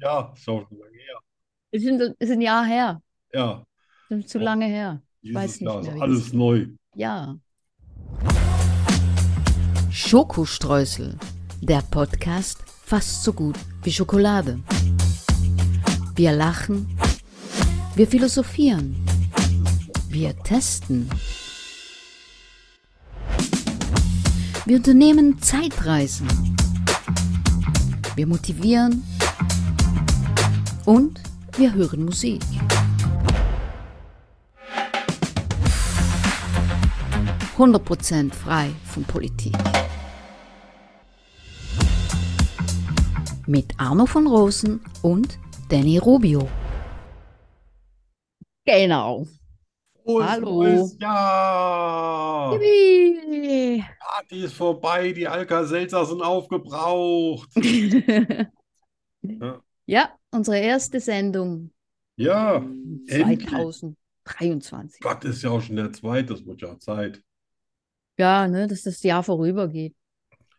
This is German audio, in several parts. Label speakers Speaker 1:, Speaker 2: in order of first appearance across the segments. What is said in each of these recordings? Speaker 1: Ja, ist auch schon lange her.
Speaker 2: Es sind, es ist ein Jahr her.
Speaker 1: Ja,
Speaker 2: Es ist zu
Speaker 1: auch
Speaker 2: lange her. Ich
Speaker 1: dieses
Speaker 2: weiß nicht
Speaker 1: Jahr ist
Speaker 2: mehr, wie das
Speaker 1: also alles
Speaker 2: ging.
Speaker 1: neu.
Speaker 2: Ja.
Speaker 3: Schokostreusel, der Podcast fast so gut wie Schokolade. Wir lachen, wir philosophieren, wir testen. Wir unternehmen Zeitreisen. Wir motivieren und wir hören Musik. – 100% frei von Politik. Mit Arno von Rosen und Danny Rubio.
Speaker 2: Genau.
Speaker 1: Frohes
Speaker 2: Hallo.
Speaker 1: neues Jahr!
Speaker 2: Yippie.
Speaker 1: Party ist vorbei, die Alka-Seltzer sind aufgebraucht. Ja,
Speaker 2: Ja, unsere erste Sendung
Speaker 1: ja, Ah, endlich.
Speaker 2: 2023.
Speaker 1: Gott, ist ja auch schon der zweite, es wird ja Zeit.
Speaker 2: Ja, ne, dass das Jahr vorübergeht.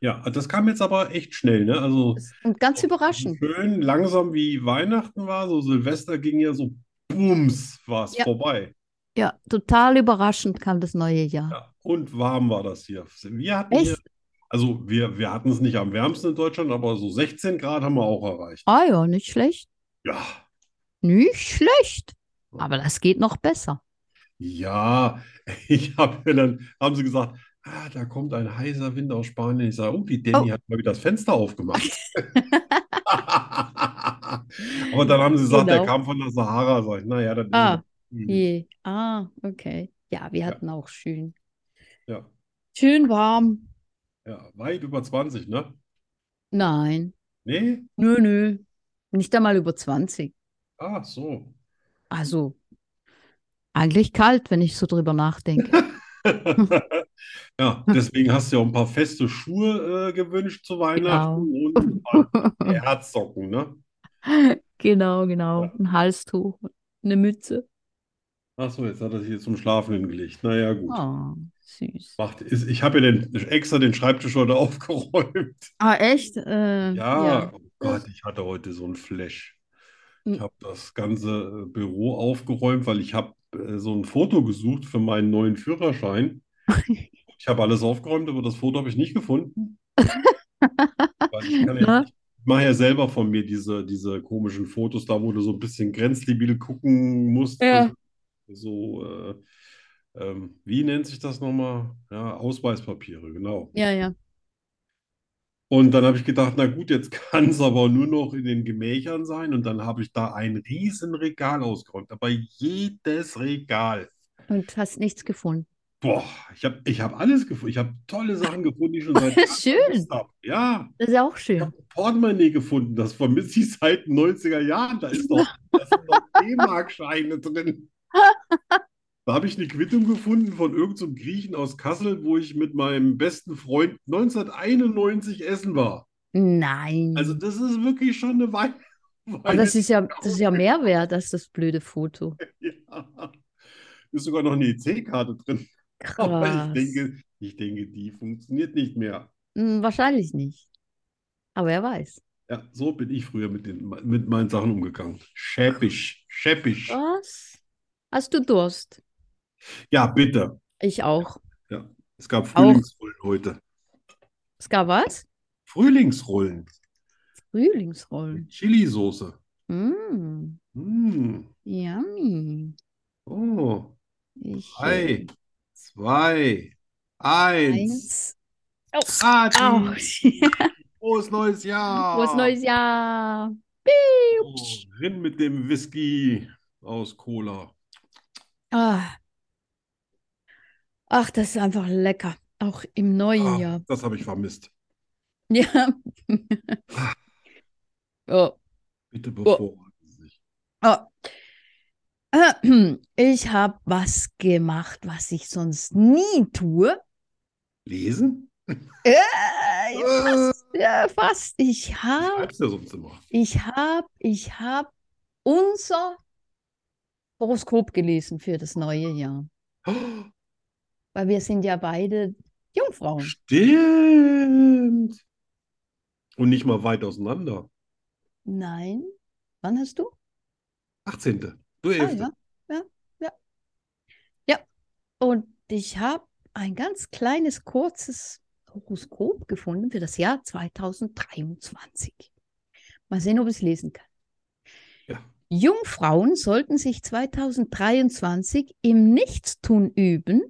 Speaker 1: Ja, das kam jetzt aber echt schnell, ne? Also
Speaker 2: Das- Und ganz überraschend.
Speaker 1: schön langsam wie Weihnachten war, so Silvester ging ja so bums, war es
Speaker 2: Ja.
Speaker 1: vorbei.
Speaker 2: Ja, total überraschend kam das neue Jahr.
Speaker 1: Ja, und warm war das hier. Wir hatten hier,
Speaker 2: Echt?
Speaker 1: also wir, wir hatten es nicht am wärmsten in Deutschland, aber so 16 Grad haben wir auch erreicht.
Speaker 2: Ah ja, nicht schlecht.
Speaker 1: Ja,
Speaker 2: Nicht schlecht. Aber das geht noch besser.
Speaker 1: ja. Ich habe ja dann, haben sie gesagt, ah, da kommt ein heißer Wind aus Spanien. Ich sage, oh, die Danny hat mal wieder das Fenster aufgemacht. Aber dann haben sie gesagt, der
Speaker 2: Genau.
Speaker 1: kam von der Sahara. Sag ich, naja, dann ist
Speaker 2: Ah,
Speaker 1: es. Hm,
Speaker 2: je. Ah, okay. Ja, wir hatten auch schön.
Speaker 1: Ja,
Speaker 2: Schön warm.
Speaker 1: ja, weit über 20, ne?
Speaker 2: Nein.
Speaker 1: Nee?
Speaker 2: Nö, nö. Nicht einmal über 20.
Speaker 1: Ach Ah, so.
Speaker 2: Also, eigentlich kalt, wenn ich so drüber nachdenke.
Speaker 1: Ja, deswegen hast du ja auch ein paar feste Schuhe äh, gewünscht zu Weihnachten
Speaker 2: Genau.
Speaker 1: und ein paar Herzsocken, ne?
Speaker 2: Genau, genau.
Speaker 1: Ja.
Speaker 2: Ein Halstuch, eine Mütze.
Speaker 1: Ach so, jetzt hat er sich jetzt zum Schlafen hingelegt. Naja, gut.
Speaker 2: Oh, süß.
Speaker 1: Macht, ist, ich habe ja den, extra den Schreibtisch heute aufgeräumt.
Speaker 2: Ah, echt? Äh,
Speaker 1: Ja, oh
Speaker 2: Das-
Speaker 1: Gott, ich hatte heute so einen Flash. Ich
Speaker 2: Hm.
Speaker 1: habe das ganze äh, Büro aufgeräumt, weil ich habe äh, so ein Foto gesucht für meinen neuen Führerschein. Ich habe alles aufgeräumt, aber das Foto habe ich nicht gefunden. Weil ich kann ja,
Speaker 2: Na?
Speaker 1: ich mache ja selber von mir diese, diese komischen Fotos, da wo du so ein bisschen grenzdebil gucken musst.
Speaker 2: Ja.
Speaker 1: So, äh, ähm, wie nennt sich das nochmal? Ja, Ausweispapiere, genau.
Speaker 2: Ja, ja.
Speaker 1: Und dann habe ich gedacht, na gut, jetzt kann es aber nur noch in den Gemächern sein. Und dann habe ich da ein riesen Regal ausgeräumt, aber jedes Regal.
Speaker 2: Und hast nichts gefunden.
Speaker 1: Boah, ich habe ich hab alles gefunden. Ich habe tolle Sachen gefunden, die ich schon seit Jahren
Speaker 2: Schön.
Speaker 1: vermisst habe. Ja.
Speaker 2: Das ist auch
Speaker 1: Ich
Speaker 2: schön.
Speaker 1: habe ein Portemonnaie gefunden, das vermisse ich seit den 90er Jahren. Da ist doch, da sind noch D-Mark-Scheine drin. Da habe ich eine Quittung gefunden von irgendeinem so einem Griechen aus Kassel, wo ich mit meinem besten Freund 1991 essen war.
Speaker 2: Nein.
Speaker 1: Also das ist wirklich schon eine Weile.
Speaker 2: Mhm. Aber das ist ja, das ist ja
Speaker 1: Weile-
Speaker 2: mehr wert als das blöde Foto.
Speaker 1: Ja. Ist sogar noch eine EC-Karte drin. Aber ich
Speaker 2: Krass.
Speaker 1: denke, ich denke, die funktioniert nicht mehr.
Speaker 2: Hm, wahrscheinlich nicht. Aber wer weiß.
Speaker 1: Ja, so bin ich früher mit den, mit meinen Sachen umgegangen. Schäppisch, schäppisch.
Speaker 2: Oh. Was? Hast du Durst?
Speaker 1: Ja, bitte.
Speaker 2: Ich auch.
Speaker 1: Ja, es gab Frühlingsrollen heute.
Speaker 2: Es gab was?
Speaker 1: Frühlingsrollen
Speaker 2: Frühlingsrollen.
Speaker 1: mit Chili-Soße.
Speaker 2: Mm,
Speaker 1: Mm.
Speaker 2: yummy.
Speaker 1: Oh,
Speaker 2: Ich, äh,
Speaker 1: drei, zwei, eins.
Speaker 2: eins. Oh.
Speaker 1: Party!
Speaker 2: Au.
Speaker 1: Frohes neues Jahr!
Speaker 2: Frohes neues Jahr.
Speaker 1: Ah. Oh, hin mit dem Whisky aus Cola.
Speaker 2: Ah. Ach, das ist einfach lecker. Auch im neuen
Speaker 1: Ah,
Speaker 2: Jahr.
Speaker 1: das habe ich vermisst.
Speaker 2: Ja.
Speaker 1: Ah.
Speaker 2: oh.
Speaker 1: Bitte bevorraten Sie sich.
Speaker 2: Oh. Ich habe was gemacht, was ich sonst nie tue.
Speaker 1: Lesen?
Speaker 2: Äh,
Speaker 1: Äh,
Speaker 2: fast, ja, fast. Ich
Speaker 1: ich
Speaker 2: habe,
Speaker 1: schreib's ja sonst immer.
Speaker 2: ich habe, ich habe unser Horoskop gelesen für das neue Jahr. Weil wir sind ja beide Jungfrauen.
Speaker 1: Stimmt. Und nicht mal weit auseinander.
Speaker 2: Nein, Wann hast du?
Speaker 1: 18. Du
Speaker 2: Ah,
Speaker 1: 11.
Speaker 2: ja, ja, ja. Ja, und ich habe ein ganz kleines, kurzes Horoskop gefunden für das Jahr 2023. Mal sehen, ob ich es lesen kann.
Speaker 1: Ja.
Speaker 2: Jungfrauen sollten sich 2023 im Nichtstun üben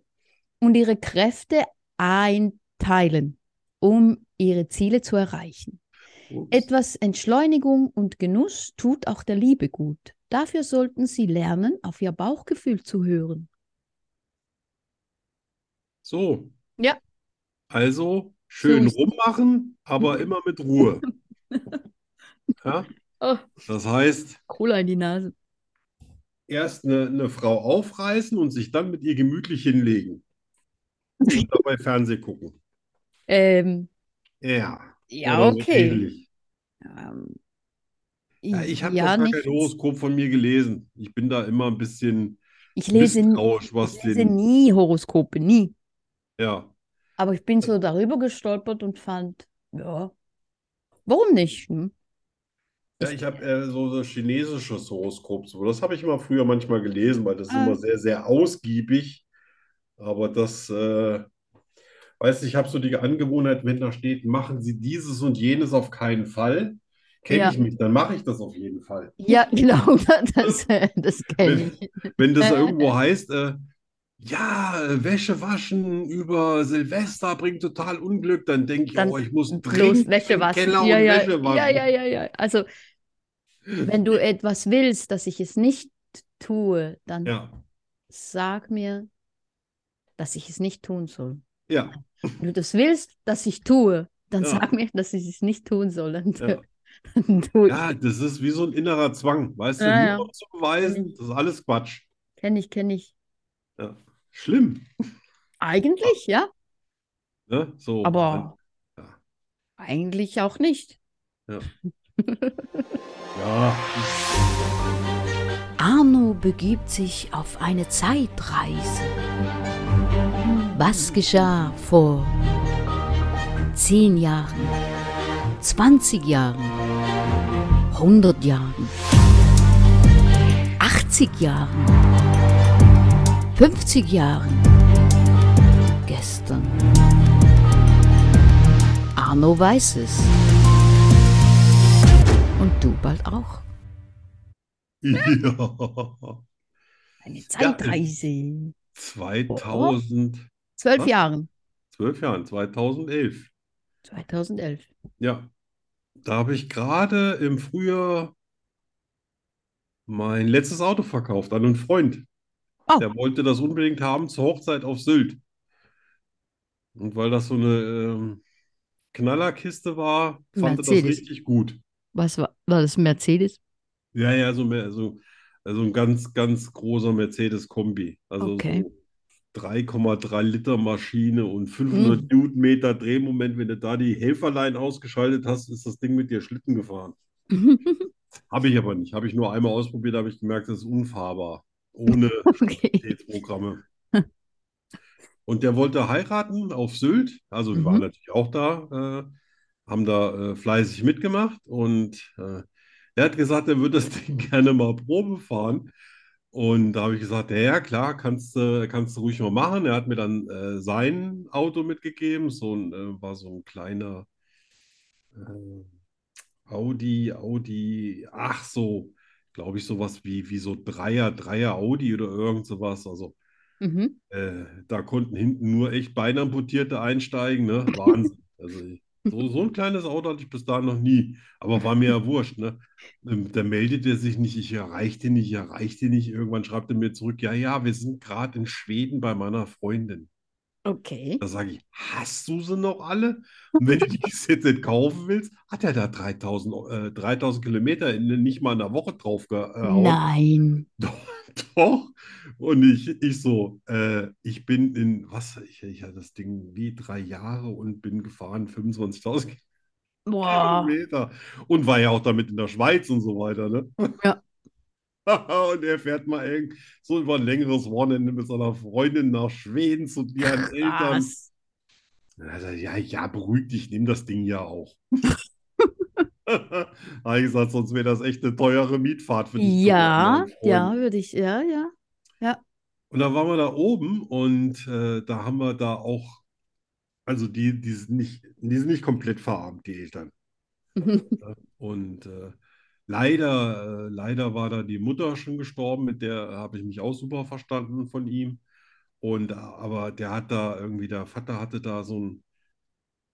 Speaker 2: und ihre Kräfte einteilen, um ihre Ziele zu erreichen.
Speaker 1: Ups.
Speaker 2: Etwas Entschleunigung und Genuss tut auch der Liebe gut. Dafür sollten Sie lernen, auf Ihr Bauchgefühl zu hören.
Speaker 1: So.
Speaker 2: Ja.
Speaker 1: Also schön
Speaker 2: So ist-
Speaker 1: rummachen, aber immer mit Ruhe. Ja?
Speaker 2: Oh.
Speaker 1: Das heißt,
Speaker 2: Cola in die Nase.
Speaker 1: erst eine, eine Frau aufreißen und sich dann mit ihr gemütlich hinlegen. Und dabei Fernseh gucken.
Speaker 2: Ähm,
Speaker 1: Ja.
Speaker 2: ja,
Speaker 1: Oder so
Speaker 2: okay.
Speaker 1: ähnlich.
Speaker 2: Ähm,
Speaker 1: Ja, ich habe noch
Speaker 2: ja,
Speaker 1: gar
Speaker 2: nicht.
Speaker 1: kein Horoskop von mir gelesen. Ich bin da immer ein bisschen
Speaker 2: Ich lese, ich
Speaker 1: misstrauisch, was
Speaker 2: lese
Speaker 1: den.
Speaker 2: nie Horoskope, nie.
Speaker 1: Ja.
Speaker 2: Aber ich bin so darüber gestolpert und fand, ja, warum nicht? Hm?
Speaker 1: Ja, ich habe äh, so, so chinesisches Horoskop. So. Das habe ich immer früher manchmal gelesen, weil das ist
Speaker 2: Ah.
Speaker 1: immer sehr, sehr ausgiebig. Aber das, äh, weißt du, ich habe so die Angewohnheit, wenn da steht, machen Sie dieses und jenes auf keinen Fall, kenne
Speaker 2: Ja.
Speaker 1: ich mich, dann mache ich das auf jeden Fall.
Speaker 2: Ja, genau, das, das kenne ich.
Speaker 1: Wenn
Speaker 2: äh,
Speaker 1: das irgendwo heißt, äh, ja, äh, Wäsche waschen über Silvester bringt total Unglück, dann denke ich,
Speaker 2: Dann
Speaker 1: oh, ich muss
Speaker 2: Los,
Speaker 1: dringend
Speaker 2: Wäsche
Speaker 1: in den
Speaker 2: waschen.
Speaker 1: Keller
Speaker 2: Ja,
Speaker 1: und
Speaker 2: ja,
Speaker 1: Wäsche
Speaker 2: ja,
Speaker 1: waschen.
Speaker 2: ja, ja, ja. Also, wenn du etwas willst, dass ich es nicht tue, dann
Speaker 1: Ja,
Speaker 2: sag mir, dass ich es nicht tun soll.
Speaker 1: ja,
Speaker 2: Wenn du das willst, dass ich tue, dann
Speaker 1: Ja.
Speaker 2: sag mir, dass ich es nicht tun soll. Dann,
Speaker 1: Ja.
Speaker 2: dann tue ich.
Speaker 1: ja, das ist wie so ein innerer Zwang, weißt du,
Speaker 2: Ja,
Speaker 1: nur
Speaker 2: ja.
Speaker 1: um zu beweisen, das ist alles Quatsch.
Speaker 2: Kenne ich, kenne ich.
Speaker 1: Schlimm,
Speaker 2: Eigentlich, ja,
Speaker 1: ne? So.
Speaker 2: aber
Speaker 1: Ja.
Speaker 2: eigentlich auch nicht.
Speaker 1: Ja.
Speaker 3: Arno begibt sich auf eine Zeitreise. Was geschah vor 10 Jahren, 20 Jahren, 100 Jahren, 80 Jahren, 50 Jahren, gestern? Arno weiß es. Und du bald auch.
Speaker 1: Ja.
Speaker 2: Eine
Speaker 1: Ja. äh.
Speaker 2: Zeitreise.
Speaker 1: 2000,
Speaker 2: Zwölf
Speaker 1: Was?
Speaker 2: Jahren.
Speaker 1: zwölf Jahren, 2011.
Speaker 2: 2011.
Speaker 1: Ja, da habe ich gerade im Frühjahr mein letztes Auto verkauft an einen Freund.
Speaker 2: Oh.
Speaker 1: Der wollte das unbedingt haben zur Hochzeit auf Sylt. Und weil das so eine ähm, Knallerkiste war, fand er das
Speaker 2: Mercedes.
Speaker 1: richtig gut.
Speaker 2: Was war, war das? Mercedes?
Speaker 1: Ja, ja, so mehr, so, also ein ganz, ganz großer Mercedes-Kombi. Also
Speaker 2: Okay.
Speaker 1: so 3,3 Liter Maschine und 500 Newtonmeter Drehmoment. Wenn du da die Helferlein ausgeschaltet hast, ist das Ding mit dir Schlitten gefahren. Habe ich aber nicht. Habe ich nur einmal ausprobiert, habe ich gemerkt, das ist unfahrbar. Ohne
Speaker 2: Okay.
Speaker 1: Stabilitätsprogramme. Und der wollte heiraten auf Sylt. Also wir waren
Speaker 2: Mhm.
Speaker 1: natürlich auch da, äh, haben da äh, fleißig mitgemacht. Und äh, er hat gesagt, er würde das Ding gerne mal Probe fahren. Und da habe ich gesagt, ja, ja, klar, kannst, du- kannst du ruhig mal machen. Er hat mir dann äh, sein Auto mitgegeben. So ein, äh, war so ein kleiner äh, Audi, Audi, ach so, glaube ich, sowas wie, wie so Dreier, Dreier Audi oder irgend sowas. Also
Speaker 2: Mhm.
Speaker 1: äh, da konnten hinten nur echt Beinamputierte einsteigen, ne? Wahnsinn. Also ich- so, so ein kleines Auto hatte ich bis dahin noch nie. Aber war mir ja wurscht, ne? Ähm, Da meldet er sich nicht, ich erreiche den nicht, ich erreiche den nicht. Irgendwann schreibt er mir zurück, ja, ja, wir sind gerade in Schweden bei meiner Freundin.
Speaker 2: Okay.
Speaker 1: Da sage ich, hast du sie noch alle? Und wenn du die jetzt nicht kaufen willst, hat er da 3000, Eu- äh, 3000 Kilometer in nicht mal einer Woche drauf äh, gehauen.
Speaker 2: Nein.
Speaker 1: Doch. Und ich, ich so, äh, ich bin in, was, ich, ich hatte das Ding wie drei Jahre und bin gefahren 25.000
Speaker 2: Boah.
Speaker 1: Kilometer. Und war ja auch damit in der Schweiz und so weiter, ne?
Speaker 2: Ja.
Speaker 1: Und er fährt mal irgend so über ein längeres Wochenende mit seiner Freundin nach Schweden zu ihren Eltern.
Speaker 2: Krass.
Speaker 1: Dann hat er, ja, ja, beruhig dich, nimm das Ding ja auch. Habe ich gesagt, sonst wäre das echt eine teure Mietfahrt für dich.
Speaker 2: Ja, ja, würde ich, ja, ja.
Speaker 1: Und da waren wir da oben und äh, da haben wir da auch, also die, die sind nicht, die sind nicht komplett verarmt, die Eltern. Und äh, leider, äh, leider war da die Mutter schon gestorben, mit der habe ich mich auch super verstanden von ihm. Und äh, aber der hat da irgendwie, der Vater hatte da so ein,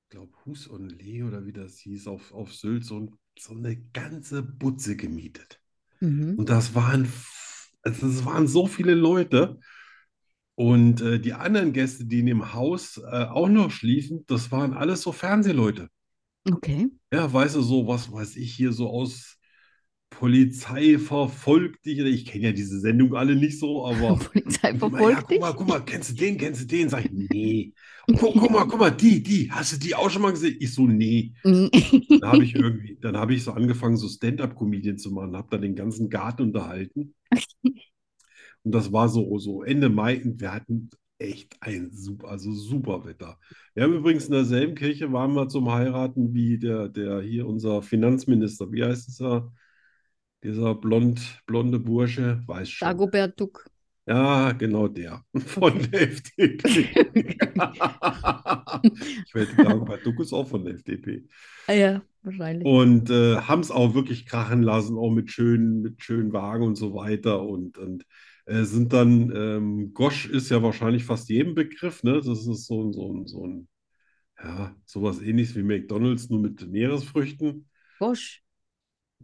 Speaker 1: ich glaube, Hus und Lee oder wie das hieß, auf, auf Sylt, so, ein, so eine ganze Butze gemietet.
Speaker 2: Mhm.
Speaker 1: Und das waren, f- also es waren so viele Leute. Und äh, die anderen Gäste, die in dem Haus äh, auch noch schliefen, das waren alles so Fernsehleute.
Speaker 2: Okay.
Speaker 1: Ja, weißt du, so was weiß ich hier so aus Polizei verfolgt dich. Ich kenne ja diese Sendung alle nicht so, aber
Speaker 2: Polizei
Speaker 1: immer, ja,
Speaker 2: verfolgt
Speaker 1: guck
Speaker 2: dich.
Speaker 1: mal, guck mal, kennst du den, kennst du den? Sag ich, nee. Guck, guck mal, guck mal, die, die, hast du die auch schon mal gesehen? Ich so, nee.
Speaker 3: Hm.
Speaker 2: Mhm.
Speaker 1: Dann habe ich irgendwie, dann habe ich so angefangen, so Stand-up-Comedian zu machen, habe dann den ganzen Garten unterhalten. Und das war so, so Ende Mai und wir hatten echt ein super, also super Wetter. Wir haben übrigens in derselben Kirche waren wir zum Heiraten wie der, der hier unser Finanzminister, wie heißt dieser, dieser blond, blonde Bursche, weiß schon.
Speaker 2: Dagobert Duck.
Speaker 1: Ja, genau der von der FDP. Ich wette, Dagobert Duck ist auch von der FDP.
Speaker 2: Ah Ja, wahrscheinlich.
Speaker 1: Und äh, haben es auch wirklich krachen lassen, auch mit schönen, mit schönen Wagen und so weiter. Und, und äh, sind dann, ähm, Gosch ist ja wahrscheinlich fast jedem Begriff, ne? Das ist so ein, so ein, so ein, ja, sowas ähnliches wie McDonald's, nur mit Meeresfrüchten.
Speaker 2: Bosch.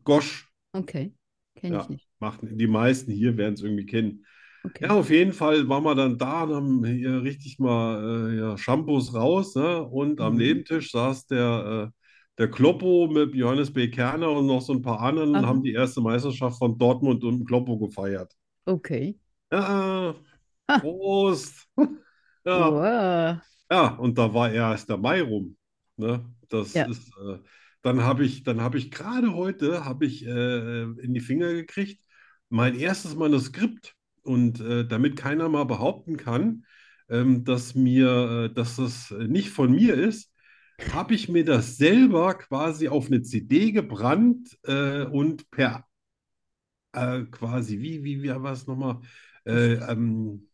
Speaker 1: Gosch,
Speaker 2: Okay. Kenne ich
Speaker 1: Ja.
Speaker 2: nicht.
Speaker 1: machen die meisten hier, werden es irgendwie kennen.
Speaker 2: Okay.
Speaker 1: Ja, auf jeden Fall waren wir dann da und haben hier richtig mal äh, ja, Shampoos raus. Ne? Und am
Speaker 2: Mhm.
Speaker 1: Nebentisch saß der, äh, der Kloppo mit Johannes B. Kerner und noch so ein paar anderen und
Speaker 2: Aha.
Speaker 1: haben die erste Meisterschaft von Dortmund und Kloppo gefeiert.
Speaker 2: Okay.
Speaker 1: Ja,
Speaker 2: Ha.
Speaker 1: Prost! Ja,
Speaker 2: Wow.
Speaker 1: ja, und da war erst der Mai rum. Ne? Das
Speaker 2: Ja.
Speaker 1: ist, äh, dann habe ich, dann habe ich gerade heute, habe ich äh, in die Finger gekriegt, mein erstes Manuskript. Und äh, damit keiner mal behaupten kann, ähm, dass mir, äh, dass das nicht von mir ist, habe ich mir das selber quasi auf eine CD gebrannt äh, und per äh, quasi, wie, wie, wie war es nochmal? Äh, ähm,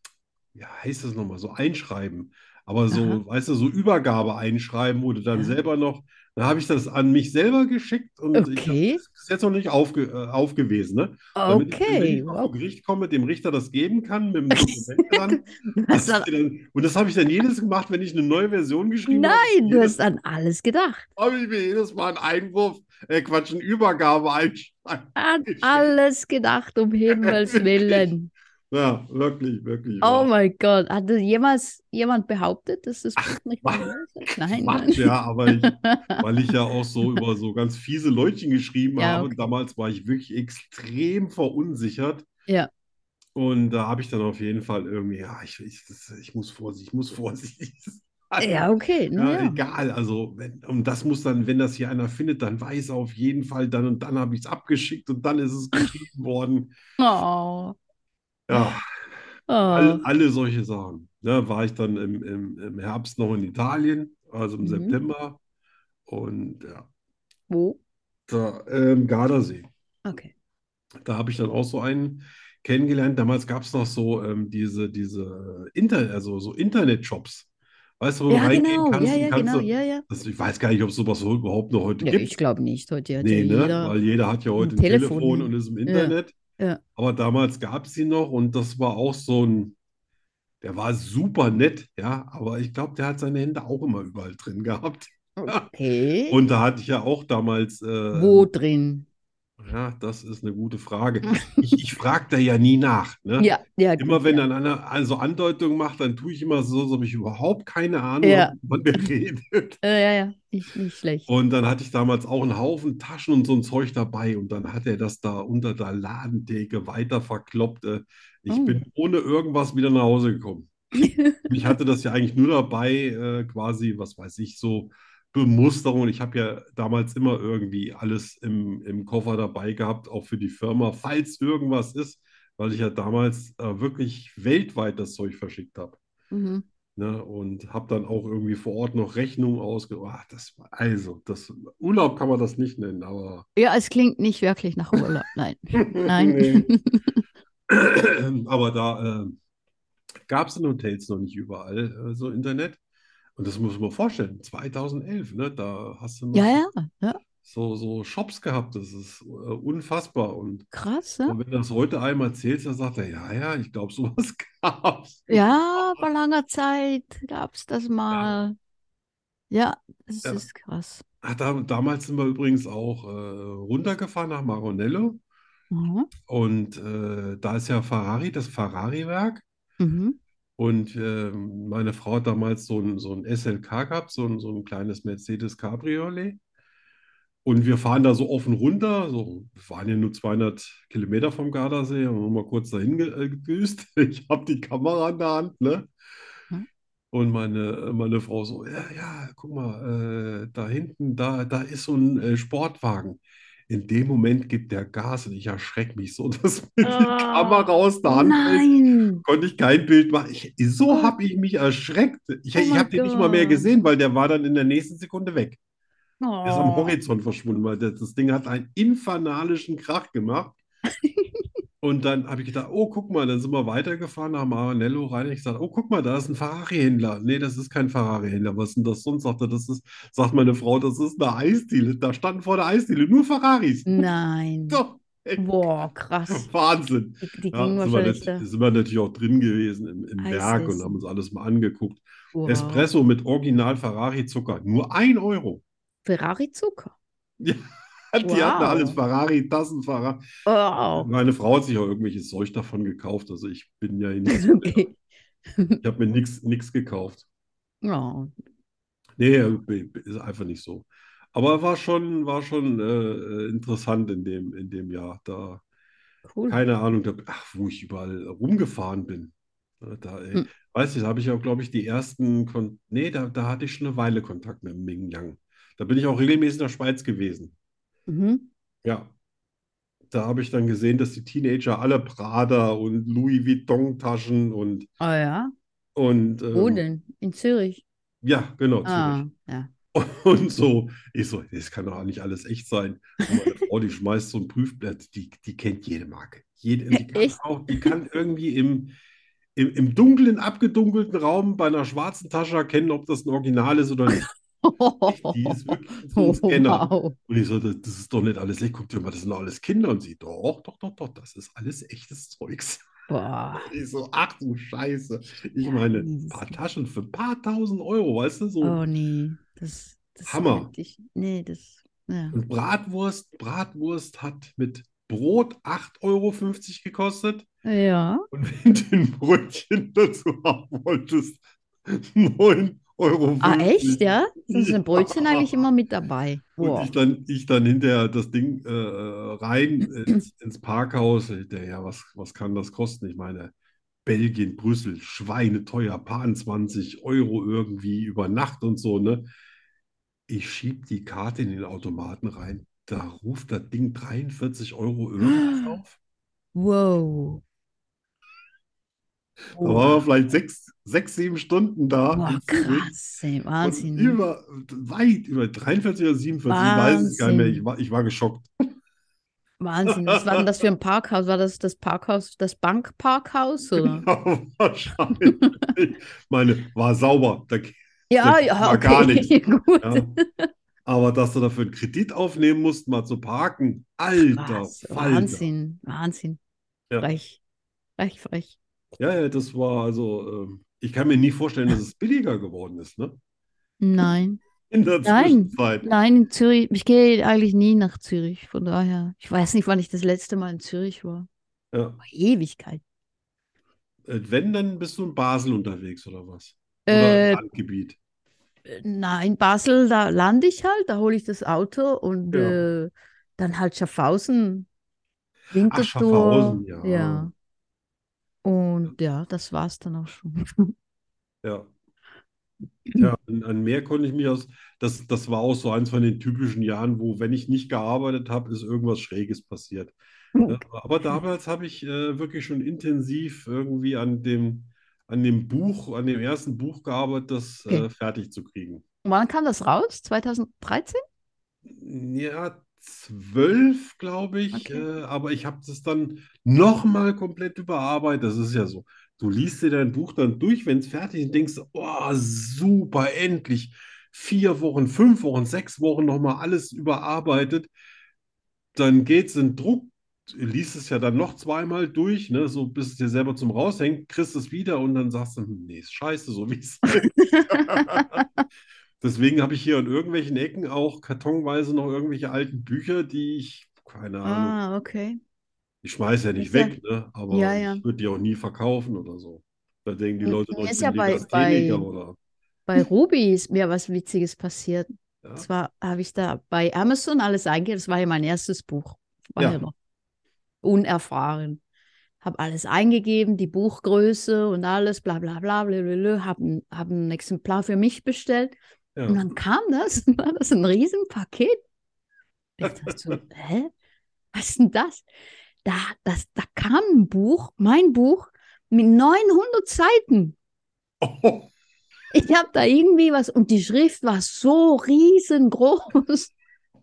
Speaker 1: ja, heißt das nochmal, so einschreiben. Aber so,
Speaker 2: Aha.
Speaker 1: weißt du, so Übergabe einschreiben oder dann
Speaker 2: Ja.
Speaker 1: selber noch. Dann habe ich das an mich selber geschickt und ich habe
Speaker 2: Okay.
Speaker 1: das bis jetzt noch nicht aufge, äh, aufgewiesen, ne? Damit ich dann, wenn ich
Speaker 2: Okay.
Speaker 1: mal
Speaker 2: Wow.
Speaker 1: vor Gericht komme, dem Richter das geben kann, mit dem Dokument dran.
Speaker 2: Du
Speaker 1: Das
Speaker 2: hast
Speaker 1: ist
Speaker 2: an,
Speaker 1: mir dann, und das habe ich dann jedes gemacht, wenn ich eine neue Version geschrieben habe.
Speaker 2: nein, du
Speaker 1: Jedes,
Speaker 2: hast an alles gedacht.
Speaker 1: habe ich mir jedes Mal einen Einwurf, äh, Quatsch, eine Übergabe einschreiben.
Speaker 2: An
Speaker 1: geschickt.
Speaker 2: alles gedacht, um Himmels Willen.
Speaker 1: Ja, wirklich, wirklich.
Speaker 2: Oh
Speaker 1: wahr.
Speaker 2: mein Gott. Hat das jemals jemand behauptet, dass das Buch nicht
Speaker 1: Ach,
Speaker 2: von mir ist? Nein,
Speaker 1: Quatsch,
Speaker 2: nein.
Speaker 1: ja, aber ich, weil ich ja auch so über so ganz fiese Leutchen geschrieben
Speaker 2: Ja,
Speaker 1: habe.
Speaker 2: okay.
Speaker 1: Und damals war ich wirklich extrem verunsichert.
Speaker 2: Ja.
Speaker 1: Und da habe ich dann auf jeden Fall irgendwie, ja, ich, ich, das, ich muss vorsichtig, ich muss vorsichtig sein.
Speaker 2: Ja, okay.
Speaker 1: Ja,
Speaker 2: Naja.
Speaker 1: egal, also, wenn, und das muss dann, wenn das hier einer findet, dann weiß er auf jeden Fall, dann und dann habe ich es abgeschickt und dann ist es geschrieben worden.
Speaker 2: Oh.
Speaker 1: Ja, all,
Speaker 2: Oh.
Speaker 1: alle solche Sachen. Ne, war ich dann im, im, im Herbst noch in Italien, also im
Speaker 2: Mhm.
Speaker 1: September. Und ja.
Speaker 2: Wo?
Speaker 1: Da, ähm, Gardasee.
Speaker 2: Okay.
Speaker 1: Da habe ich dann auch so einen kennengelernt. Damals gab es noch so ähm, diese, diese Internet, also so Internet-Shops. Weißt du, wo du
Speaker 2: Ja,
Speaker 1: reingehen
Speaker 2: genau. Ja,
Speaker 1: kannst und
Speaker 2: ja,
Speaker 1: kannst
Speaker 2: genau.
Speaker 1: du.
Speaker 2: Ja, ja.
Speaker 1: Das, ich weiß gar nicht, ob es sowas überhaupt noch heute
Speaker 2: Ja,
Speaker 1: gibt.
Speaker 2: ich glaube nicht. Heute hat ja
Speaker 1: Nee, ne?
Speaker 2: jeder.
Speaker 1: Weil jeder hat ja heute
Speaker 2: Ein
Speaker 1: ein
Speaker 2: Telefon,
Speaker 1: Telefon
Speaker 2: ne?
Speaker 1: und ist im
Speaker 2: Ja,
Speaker 1: Internet.
Speaker 2: ja.
Speaker 1: Aber damals gab es ihn noch und das war auch so ein, der war super nett, ja, aber ich glaube, der hat seine Hände auch immer überall drin gehabt.
Speaker 2: Okay.
Speaker 1: Und da hatte ich ja auch damals äh,
Speaker 2: Wo drin?
Speaker 1: Ja, das ist eine gute Frage. Ich, ich frage da ja nie nach, ne?
Speaker 2: Ja, ja, gut.
Speaker 1: Immer wenn
Speaker 2: ja.
Speaker 1: dann einer also Andeutungen macht, dann tue ich immer so, als ob ich überhaupt keine Ahnung
Speaker 2: Ja.
Speaker 1: habe, wovon der redet.
Speaker 2: Äh, ja, ja, nicht, nicht schlecht.
Speaker 1: Und dann hatte ich damals auch einen Haufen Taschen und so ein Zeug dabei. Und dann hat er das da unter der Ladentheke weiter verkloppt. Äh, Ich
Speaker 2: Oh.
Speaker 1: bin ohne irgendwas wieder nach Hause gekommen. Und Ich hatte das ja eigentlich nur dabei, äh, quasi, was weiß ich, so Bemusterung. Ich habe ja damals immer irgendwie alles im, im Koffer dabei gehabt, auch für die Firma, falls irgendwas ist, weil ich ja damals äh, wirklich weltweit das Zeug verschickt habe.
Speaker 2: Mhm.
Speaker 1: Ne? Und habe dann auch irgendwie vor Ort noch Rechnungen ausge... Ach, das war, also, das, Urlaub kann man das nicht nennen, aber
Speaker 3: Ja, es klingt nicht wirklich nach Urlaub. Nein. Nein.
Speaker 1: Nee. Aber da gab es in Hotels noch nicht überall äh, so Internet. Und das muss man vorstellen, 2011, ne, da hast du noch
Speaker 3: Ja, ja, ja.
Speaker 1: so, so Shops gehabt, das ist äh, unfassbar. Und,
Speaker 3: Krass, ja.
Speaker 1: und wenn du das heute einmal erzählst, dann sagt er, ja, ja, ich glaube, sowas gab's.
Speaker 3: Ja, vor langer Zeit gab es das mal. Ja, das
Speaker 1: Ja.
Speaker 3: ist krass.
Speaker 1: Ah, da, damals sind wir übrigens auch äh, runtergefahren nach Maranello.
Speaker 3: Mhm.
Speaker 1: Und äh, da ist ja Ferrari, das Ferrari-Werk.
Speaker 3: Mhm.
Speaker 1: Und ähm, meine Frau hat damals so ein, so ein SLK gehabt, so ein, so ein kleines Mercedes Cabriolet. Und wir fahren da so offen runter, so wir waren ja nur 200 Kilometer vom Gardasee, haben wir mal kurz dahin ge äh, gedüst. Ich habe die Kamera in der Hand, ne?
Speaker 3: Hm.
Speaker 1: Und meine, meine Frau so, ja, ja, guck mal, äh, da hinten, da, da ist so ein äh, Sportwagen. In dem Moment gibt der Gas und ich erschrecke mich so, dass mir die
Speaker 2: Ah.
Speaker 1: Kamera aus der Hand fällt
Speaker 3: Oh, Nein.
Speaker 1: konnte ich kein Bild machen. Ich, so habe ich mich erschreckt. Ich,
Speaker 3: Oh
Speaker 1: ich
Speaker 3: mein
Speaker 1: habe den nicht mal mehr
Speaker 3: Gott.
Speaker 1: gesehen, weil der war dann in der nächsten Sekunde weg. Er ist am
Speaker 3: Oh.
Speaker 1: Horizont verschwunden, weil das, das Ding hat einen infernalischen Krach gemacht. Und dann habe ich gedacht, oh, guck mal, dann sind wir weitergefahren nach Maranello rein. Ich sagte, oh, guck mal, da ist ein Ferrari-Händler. Nee, das ist kein Ferrari-Händler. Was ist denn das sonst? Sagt er, das ist, sagt meine Frau, das ist eine Eisdiele. Da standen vor der Eisdiele nur Ferraris.
Speaker 3: Nein.
Speaker 1: Doch, ey,
Speaker 2: Boah, krass.
Speaker 1: Wahnsinn.
Speaker 2: Die, die
Speaker 1: Ja,
Speaker 2: gingen
Speaker 1: sind wir,
Speaker 2: wahrscheinlich
Speaker 1: nat- sind wir natürlich auch drin gewesen im, im
Speaker 2: Eis
Speaker 1: Werk und
Speaker 2: essen.
Speaker 1: haben uns alles mal angeguckt.
Speaker 2: da. Wow.
Speaker 1: Espresso mit Original Ferrari Zucker, nur ein Euro.
Speaker 2: Ferrari Zucker.
Speaker 1: Die hatten
Speaker 2: Wow.
Speaker 1: alles Ferrari, Tassen, Ferrari.
Speaker 2: Oh.
Speaker 3: Oh.
Speaker 2: Wow.
Speaker 1: Meine Frau hat sich auch irgendwelches Zeug davon gekauft. Also ich bin ja nicht,
Speaker 2: Okay.
Speaker 1: ich habe mir nichts gekauft.
Speaker 2: Oh.
Speaker 1: Nee, b- b- ist einfach nicht so. Aber war schon, war schon äh, interessant in dem, in dem Jahr. Da,
Speaker 2: Cool.
Speaker 1: keine Ahnung, da, ach, wo ich überall rumgefahren bin. Da, äh,
Speaker 3: Hm.
Speaker 1: weiß ich, da habe ich auch, glaube ich, die ersten, Kon nee, da, da hatte ich schon eine Weile Kontakt mit dem Ming Yang. Da bin ich auch regelmäßig in der Schweiz gewesen.
Speaker 3: Mhm.
Speaker 1: Ja. Da habe ich dann gesehen, dass die Teenager alle Prada und Louis Vuitton-Taschen und,
Speaker 3: Oh ja.
Speaker 1: und
Speaker 3: Wo
Speaker 1: ähm,
Speaker 3: denn? In Zürich.
Speaker 1: ja, genau,
Speaker 3: Ah, ja.
Speaker 1: Zürich. Und so. Ich so, das kann doch nicht alles echt sein. Und meine Frau, die schmeißt so ein Prüfblatt, die, die kennt jede Marke. Jede, die kann
Speaker 2: Echt?
Speaker 1: auch, die kann irgendwie im, im, im dunklen, abgedunkelten Raum bei einer schwarzen Tasche erkennen, ob das ein Original ist oder nicht. Die ist genau. wirklich
Speaker 2: Oh,
Speaker 1: so ein Scanner.
Speaker 3: wow.
Speaker 1: Und ich so, das das ist doch nicht alles echt. Guck dir mal, das sind doch alles Kinder. Und sie, doch, doch, doch, doch, das ist alles echtes Zeugs.
Speaker 3: Boah.
Speaker 1: Ich so, ach du Scheiße. Ich meine, ein paar Taschen für ein paar tausend Euro, weißt du, so.
Speaker 3: Oh nee. Das, das
Speaker 1: Hammer.
Speaker 3: könnte ich. Nee, das. Ja.
Speaker 1: Und Bratwurst, Bratwurst hat mit Brot 8,50 Euro gekostet.
Speaker 3: ja.
Speaker 1: Und wenn du ein Brötchen dazu haben wolltest, 9,50 Euro.
Speaker 3: Ah, echt, ja? Sind
Speaker 1: Ja.
Speaker 3: sind Brötchen eigentlich immer mit dabei?
Speaker 1: Und ich
Speaker 3: Wow.
Speaker 1: dann, ich dann hinterher das Ding äh, rein ins, ins Parkhaus. Der, ja, was, was kann das kosten? Ich meine, Belgien, Brüssel, schweineteuer, paar und 20 Euro irgendwie über Nacht und so, ne? Ich schieb die Karte in den Automaten rein. Da ruft das Ding 43 Euro
Speaker 3: Ah,
Speaker 1: irgendwas auf.
Speaker 3: Wow.
Speaker 1: Da waren wir vielleicht sechs, sechs, sieben Stunden da
Speaker 3: Boah,
Speaker 1: in Zürich.
Speaker 3: krass, ey.
Speaker 1: Und
Speaker 3: Wahnsinn. ne?
Speaker 1: über, weit über 43 oder 47, ich weiß es gar nicht mehr.
Speaker 3: Wahnsinn.
Speaker 1: Ich war, ich war geschockt.
Speaker 3: Wahnsinn. Was war denn das für ein Parkhaus? War das das Parkhaus, das Bankparkhaus? Oder?
Speaker 1: Ja, wahrscheinlich. Ich meine, war sauber. Da,
Speaker 3: Ja,
Speaker 1: Das
Speaker 3: ja,
Speaker 1: war
Speaker 3: okay,
Speaker 1: gar nichts.
Speaker 3: gut.
Speaker 1: ja. Aber dass du dafür einen Kredit aufnehmen musst, mal zu parken, alter
Speaker 3: Krass,
Speaker 1: Falter.
Speaker 3: Wahnsinn, Wahnsinn.
Speaker 1: Ja.
Speaker 3: Frech, frech, frech.
Speaker 1: Ja, ja, das war also, ähm, ich kann mir nie vorstellen, dass es billiger geworden ist, ne?
Speaker 3: Nein,
Speaker 1: In der
Speaker 3: Nein.
Speaker 1: Zwischenzeit.
Speaker 3: nein, in Zürich. Ich gehe eigentlich nie nach Zürich, von daher. Ich weiß nicht, wann ich das letzte Mal in Zürich war.
Speaker 1: Ja.
Speaker 3: Boah, Ewigkeit.
Speaker 1: Äh, Wenn, dann bist du in Basel unterwegs oder was? Oder
Speaker 3: Äh,
Speaker 1: im Landgebiet.
Speaker 3: nein, Basel, da lande ich halt, da hole ich das Auto und
Speaker 1: Ja.
Speaker 3: äh, dann halt Schaffhausen, Winterthur.
Speaker 1: Schaffhausen, ja.
Speaker 3: ja. Und ja, das war's dann auch schon.
Speaker 1: Ja. Ja, an, an mehr konnte ich mich aus. Das, das war auch so eins von den typischen Jahren, wo, wenn ich nicht gearbeitet habe, ist irgendwas Schräges ne? passiert. Ja, aber damals habe ich äh, wirklich schon intensiv irgendwie an dem, an dem Buch, an dem ersten Buch gearbeitet, das
Speaker 2: Okay.
Speaker 1: äh, fertig zu kriegen.
Speaker 2: Wann kam das raus? 2013?
Speaker 1: Ja, zwölf, glaube ich,
Speaker 2: Okay.
Speaker 1: äh, aber ich habe das dann nochmal komplett überarbeitet. Das ist ja so. Du liest dir dein Buch dann durch, wenn es fertig ist, und denkst, oh, super, endlich. Vier Wochen, fünf Wochen, sechs Wochen nochmal alles überarbeitet. Dann geht's in Druck, liest es ja dann noch zweimal durch, ne, so bis es dir selber zum Raushängt, kriegst es wieder und dann sagst du, hm, nee, ist scheiße, so wie es Deswegen habe ich hier in irgendwelchen Ecken auch kartonweise noch irgendwelche alten Bücher, die ich, keine Ahnung,
Speaker 2: Ah, okay.
Speaker 1: ich schmeiß ja nicht
Speaker 2: Ist ja-
Speaker 1: weg, ne? Aber
Speaker 2: Ja, ja.
Speaker 1: ich würde die auch nie verkaufen oder so. Da denken die
Speaker 2: Mhm.
Speaker 1: Leute noch, ich
Speaker 2: Ist
Speaker 1: bin
Speaker 2: ja bei-
Speaker 1: Legastheniker
Speaker 2: bei-
Speaker 1: oder.
Speaker 2: Bei Ruby ist mir was Witziges passiert.
Speaker 1: Ja.
Speaker 2: Und zwar habe ich da bei Amazon alles eingegeben. Das war ja mein erstes Buch. War
Speaker 1: Ja.
Speaker 2: ja noch unerfahren. Habe alles eingegeben, die Buchgröße und alles, bla bla bla, blablabla. Habe ein, hab ein Exemplar für mich bestellt.
Speaker 1: Ja.
Speaker 2: Und dann kam das, und war das ein Riesenpaket. Ich dachte so, hä? Was ist denn das? Da, das? da kam ein Buch, mein Buch, mit 900 Seiten.
Speaker 1: Oh,
Speaker 2: Ich habe da irgendwie was und die Schrift war so riesengroß.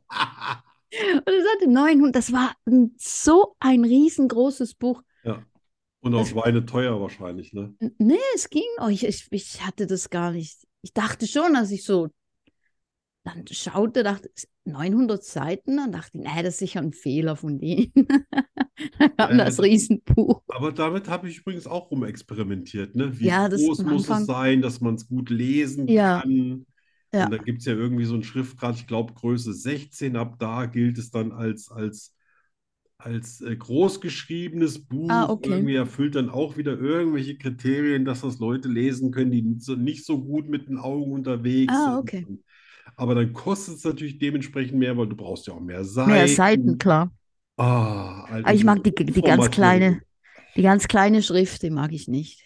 Speaker 2: Und er sagte 900, das war ein, so ein riesengroßes Buch.
Speaker 1: und auch
Speaker 2: Das-
Speaker 1: schweineteuer wahrscheinlich, ne?
Speaker 2: N- Nee, es ging noch. Ich, ich, ich hatte das gar nicht. Ich dachte schon, dass ich so dann schaute, dachte, 900 Seiten, dann dachte ich, nee, das ist sicher ein Fehler von denen. dann kam
Speaker 1: Ja,
Speaker 2: das
Speaker 1: das-
Speaker 2: Riesenbuch.
Speaker 1: Aber damit habe ich übrigens auch rumexperimentiert, ne? Wie
Speaker 2: Ja, das
Speaker 1: groß
Speaker 2: am
Speaker 1: muss es
Speaker 2: Anfang-
Speaker 1: sein, dass man es gut lesen
Speaker 2: Ja.
Speaker 1: kann?
Speaker 2: Ja.
Speaker 1: Und dann gibt es ja irgendwie so einen Schriftgrad, ich glaube Größe 16, ab da gilt es dann als, als, als äh, großgeschriebenes Buch.
Speaker 2: Ah, okay.
Speaker 1: Irgendwie erfüllt dann auch wieder irgendwelche Kriterien, dass das Leute lesen können, die nicht so, nicht so gut mit den Augen unterwegs
Speaker 2: Ah,
Speaker 1: sind.
Speaker 2: okay.
Speaker 1: Aber dann kostet es natürlich dementsprechend mehr, weil du brauchst ja auch mehr
Speaker 2: Mehr
Speaker 1: Seiten.
Speaker 2: Seiten, klar.
Speaker 1: Ah, Alter,
Speaker 2: Aber ich mag die, die ganz
Speaker 1: Formatierung.
Speaker 2: kleine, die ganz kleine Schrift, die mag ich nicht.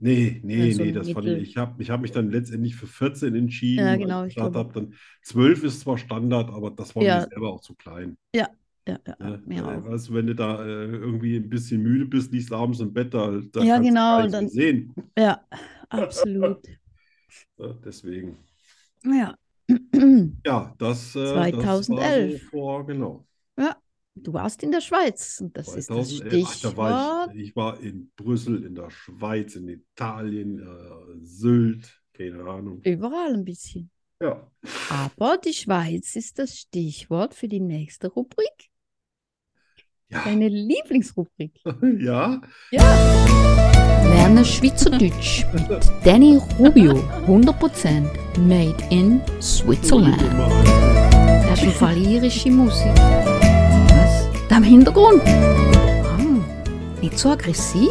Speaker 1: Nee, nee,
Speaker 2: so
Speaker 1: nee,
Speaker 2: ein
Speaker 1: das fand
Speaker 2: Mittel.
Speaker 1: ich. Ich habe ich hab mich dann letztendlich für 14 entschieden,
Speaker 2: Ja,
Speaker 1: weil ich
Speaker 2: genau, ich
Speaker 1: gesagt
Speaker 2: glaube-
Speaker 1: habe, dann 12 ist zwar Standard, aber das war mir
Speaker 2: Ja.
Speaker 1: selber auch zu klein.
Speaker 2: Ja, ja,
Speaker 1: Ne?
Speaker 2: mir
Speaker 1: Äh,
Speaker 2: auch.
Speaker 1: Weißt du, wenn du da äh, irgendwie ein bisschen müde bist, liegst abends im Bett, da, da
Speaker 2: Ja,
Speaker 1: kannst du
Speaker 2: genau,
Speaker 1: gar nichts mehr
Speaker 2: dann-
Speaker 1: sehen.
Speaker 2: Ja, absolut.
Speaker 1: Ja, deswegen.
Speaker 2: Ja.
Speaker 1: Ja, das, äh, das war so
Speaker 2: 2011.
Speaker 1: vor, genau,
Speaker 2: Du warst in der Schweiz und das ist das
Speaker 1: 2011. Ach, da war
Speaker 2: Stichwort.
Speaker 1: ich, ich war in Brüssel, in der Schweiz, in Italien, äh, Sylt, keine Ahnung.
Speaker 2: Überall ein bisschen.
Speaker 1: Ja.
Speaker 2: Aber die Schweiz ist das Stichwort für die nächste Rubrik.
Speaker 1: Ja,
Speaker 2: Deine Lieblingsrubrik.
Speaker 1: ja.
Speaker 4: Lerne Schweizerdeutsch mit Danny Rubio. 100% made in Switzerland. Das ist eine verlierische Musik. Was? Da im Hintergrund? Ah, nicht so aggressiv.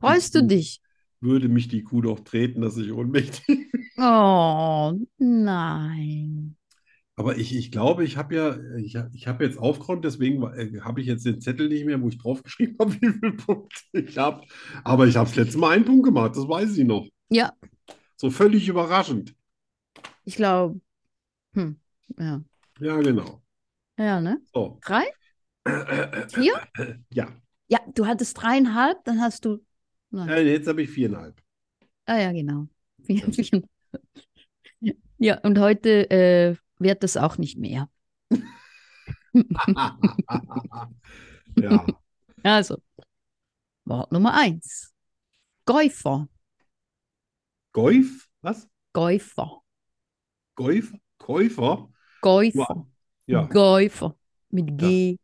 Speaker 2: Freust du dich?
Speaker 1: würde mich die Kuh doch treten, dass ich ohnmächtig bin.
Speaker 2: Oh, nein.
Speaker 1: Aber ich, ich glaube, ich habe ja, ich, hab- ich habe jetzt aufgeräumt, deswegen war- äh, habe ich jetzt den Zettel nicht mehr, wo ich draufgeschrieben habe, wie viele Punkte ich habe. Aber ich habe das letzte Mal einen Punkt gemacht, das weiß ich noch.
Speaker 2: Ja.
Speaker 1: So völlig überraschend.
Speaker 2: Ich glaube, hm, ja.
Speaker 1: Ja, genau.
Speaker 2: Ja, ne?
Speaker 1: So.
Speaker 2: Drei? Vier?
Speaker 1: Ja.
Speaker 2: Ja, du hattest dreieinhalb, dann hast du. Nein.
Speaker 1: Äh, Jetzt habe ich viereinhalb.
Speaker 2: Ah ja, genau. Ja, und heute äh, wird das auch nicht mehr.
Speaker 1: Ja.
Speaker 2: Also, Wort Nummer eins. Käufer.
Speaker 1: Golf? Was?
Speaker 2: Käufer.
Speaker 1: Golf? Käufer?
Speaker 2: Käufer.
Speaker 1: Ja.
Speaker 2: Käufer. Mit G.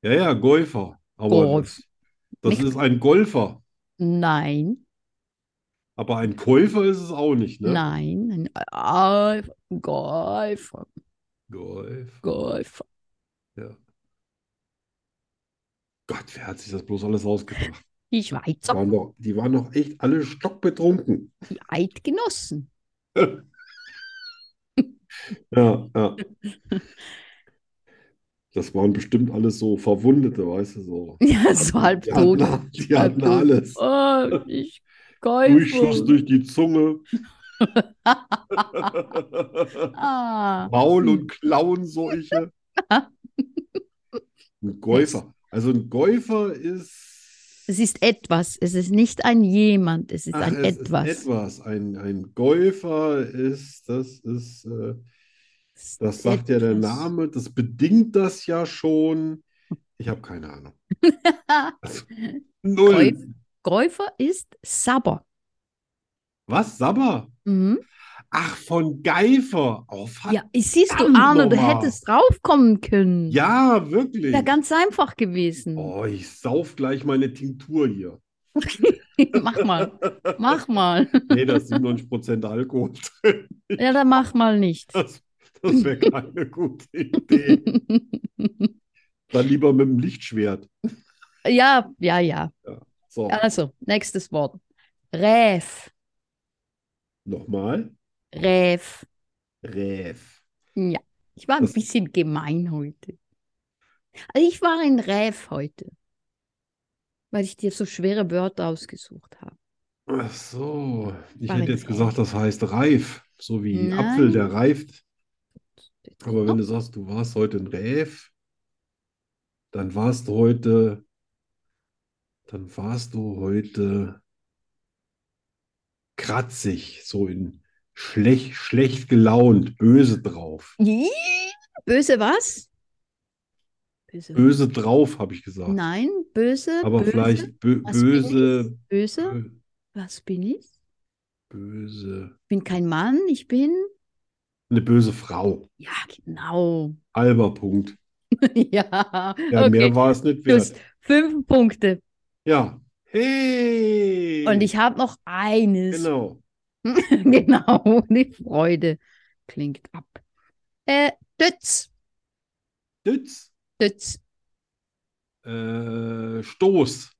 Speaker 1: Ja, ja, Golfer. Aber
Speaker 2: Golf.
Speaker 1: das, das
Speaker 2: Nicht-
Speaker 1: ist ein Golfer.
Speaker 2: Nein,
Speaker 1: Aber ein Käufer ist es auch nicht, ne?
Speaker 2: nein. Ein Käufer.
Speaker 1: Golf.
Speaker 2: Käufer.
Speaker 1: Gott, wer hat sich das bloß alles ausgedacht?
Speaker 2: Die
Speaker 1: Die
Speaker 2: Schweizer.
Speaker 1: waren doch, die waren doch echt alle stockbetrunken.
Speaker 2: Die Eidgenossen.
Speaker 1: Ja, ja. Das waren bestimmt alles so Verwundete, weißt du, so.
Speaker 2: Ja, so halb
Speaker 1: Die
Speaker 2: tot.
Speaker 1: hatten, a- die hatten
Speaker 2: Halbtot.
Speaker 1: alles.
Speaker 2: Oh, ich Käufer.
Speaker 1: Durchschuss durch die Zunge.
Speaker 2: Ah.
Speaker 1: Maul- und Klauenseuche. Ein Golfer. Also ein Golfer ist
Speaker 2: Es ist etwas. Es ist nicht ein jemand. Es ist
Speaker 1: Ach,
Speaker 2: ein
Speaker 1: es ist
Speaker 2: etwas.
Speaker 1: etwas. Ein, ein Golfer ist, das ist, äh,
Speaker 2: Es
Speaker 1: das
Speaker 2: ist
Speaker 1: sagt ja der
Speaker 2: etwas.
Speaker 1: Name, das bedingt das ja schon. Ich habe keine Ahnung. Also, null.
Speaker 2: Golf- Golfer Ah, ist Sabber.
Speaker 1: Was? Sabber?
Speaker 2: Mhm.
Speaker 1: Ach, von Geifer. Oh,
Speaker 2: Ja, siehst du,
Speaker 1: verdammt
Speaker 2: Arno, du
Speaker 1: nochmal.
Speaker 2: hättest draufkommen können.
Speaker 1: Ja, wirklich.
Speaker 2: Wäre ganz einfach gewesen.
Speaker 1: Oh, ich sauf gleich meine Tinktur hier.
Speaker 2: mach mal, mach mal.
Speaker 1: Nee, da ist 97% Alkohol drin.
Speaker 2: Ja, dann mach mal nicht.
Speaker 1: Das, das wäre keine gute Idee. Dann lieber mit dem Lichtschwert.
Speaker 2: Ja, ja, ja.
Speaker 1: So,
Speaker 2: Also, nächstes Wort. Räf.
Speaker 1: nochmal.
Speaker 2: Räf.
Speaker 1: Räf.
Speaker 2: Ja, ich war ein
Speaker 1: Das-
Speaker 2: bisschen gemein heute. Also ich war ein Räf heute, weil ich dir so schwere Wörter ausgesucht habe.
Speaker 1: Ach so. Ich
Speaker 2: War
Speaker 1: hätte
Speaker 2: jetzt
Speaker 1: jetzt gesagt, das heißt reif. So wie
Speaker 2: Nein.
Speaker 1: Apfel, der reift. Aber wenn du sagst, du warst heute ein Räf, dann warst du heute, dann warst du heute kratzig, so in schlecht, schlecht gelaunt, böse drauf.
Speaker 2: Ih, Böse was? Böse.
Speaker 1: Böse drauf, habe ich gesagt.
Speaker 2: Nein, böse,
Speaker 1: Aber
Speaker 2: böse.
Speaker 1: vielleicht bö
Speaker 2: Was bin ich?
Speaker 1: böse,
Speaker 2: Böse?
Speaker 1: bö-
Speaker 2: Was bin ich?
Speaker 1: böse,
Speaker 2: Ich bin kein Mann, ich bin.
Speaker 1: eine böse Frau.
Speaker 2: Ja, genau.
Speaker 1: Halber Punkt.
Speaker 2: ja,
Speaker 1: Ja, mehr
Speaker 2: okay.
Speaker 1: war es nicht
Speaker 2: Tschüss.
Speaker 1: wert.
Speaker 2: Fünf Punkte.
Speaker 1: Ja. Hey!
Speaker 2: Und ich habe noch eines.
Speaker 1: Genau.
Speaker 2: Genau, die Freude klingt ab. Äh, Dötz,
Speaker 1: Dütz.
Speaker 2: Dötz,
Speaker 1: Äh, Stoß.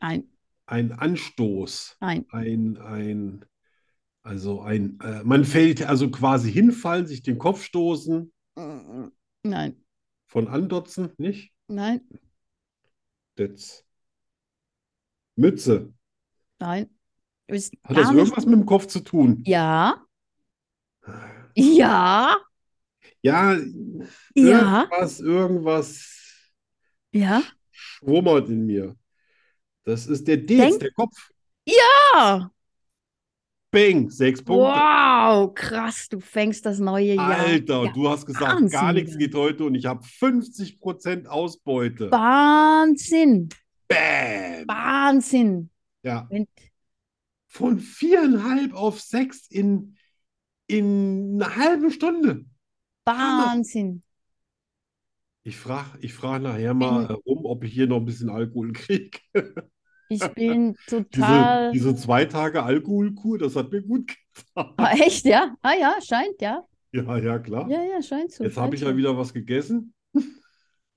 Speaker 2: ein,
Speaker 1: ein Anstoß,
Speaker 2: ein,
Speaker 1: ein, ein, also ein, äh, man fällt also quasi hinfallen, sich den Kopf stoßen,
Speaker 2: nein,
Speaker 1: von andotzen, nicht?
Speaker 2: nein,
Speaker 1: Dötz. Mütze.
Speaker 2: nein. Ist
Speaker 1: Hat das
Speaker 2: gar nicht-
Speaker 1: irgendwas mit dem Kopf zu tun?
Speaker 2: Ja, ja,
Speaker 1: Ja,
Speaker 2: ja,
Speaker 1: irgendwas, irgendwas
Speaker 2: ja.
Speaker 1: schwummert in mir. Das ist der Dez,
Speaker 2: Denk-
Speaker 1: der Kopf.
Speaker 2: Ah,
Speaker 1: Bang, sechs Punkte.
Speaker 2: wow, krass, du fängst das neue Jahr.
Speaker 1: Alter,
Speaker 2: Ja,
Speaker 1: du hast gesagt, gar
Speaker 2: Wahnsinn.
Speaker 1: nichts geht heute und ich habe 50% Ausbeute.
Speaker 2: Wahnsinn,
Speaker 1: Bam!
Speaker 2: Wahnsinn.
Speaker 1: Ja.
Speaker 2: Wenn-
Speaker 1: Von viereinhalb auf sechs in, in einer halben Stunde.
Speaker 2: Wahnsinn.
Speaker 1: Ich frage ich frag nachher mal äh, rum, ob ich hier noch ein bisschen Alkohol kriege.
Speaker 2: Ich bin
Speaker 1: Diese,
Speaker 2: total.
Speaker 1: diese zwei Tage Alkoholkur, das hat mir gut getan.
Speaker 2: Ah, echt, ja? Ah, ja, scheint, ja.
Speaker 1: Ja, ja, klar.
Speaker 2: Ja, ja, scheint so.
Speaker 1: Jetzt habe
Speaker 2: scheint
Speaker 1: ich
Speaker 2: so.
Speaker 1: ja wieder was gegessen.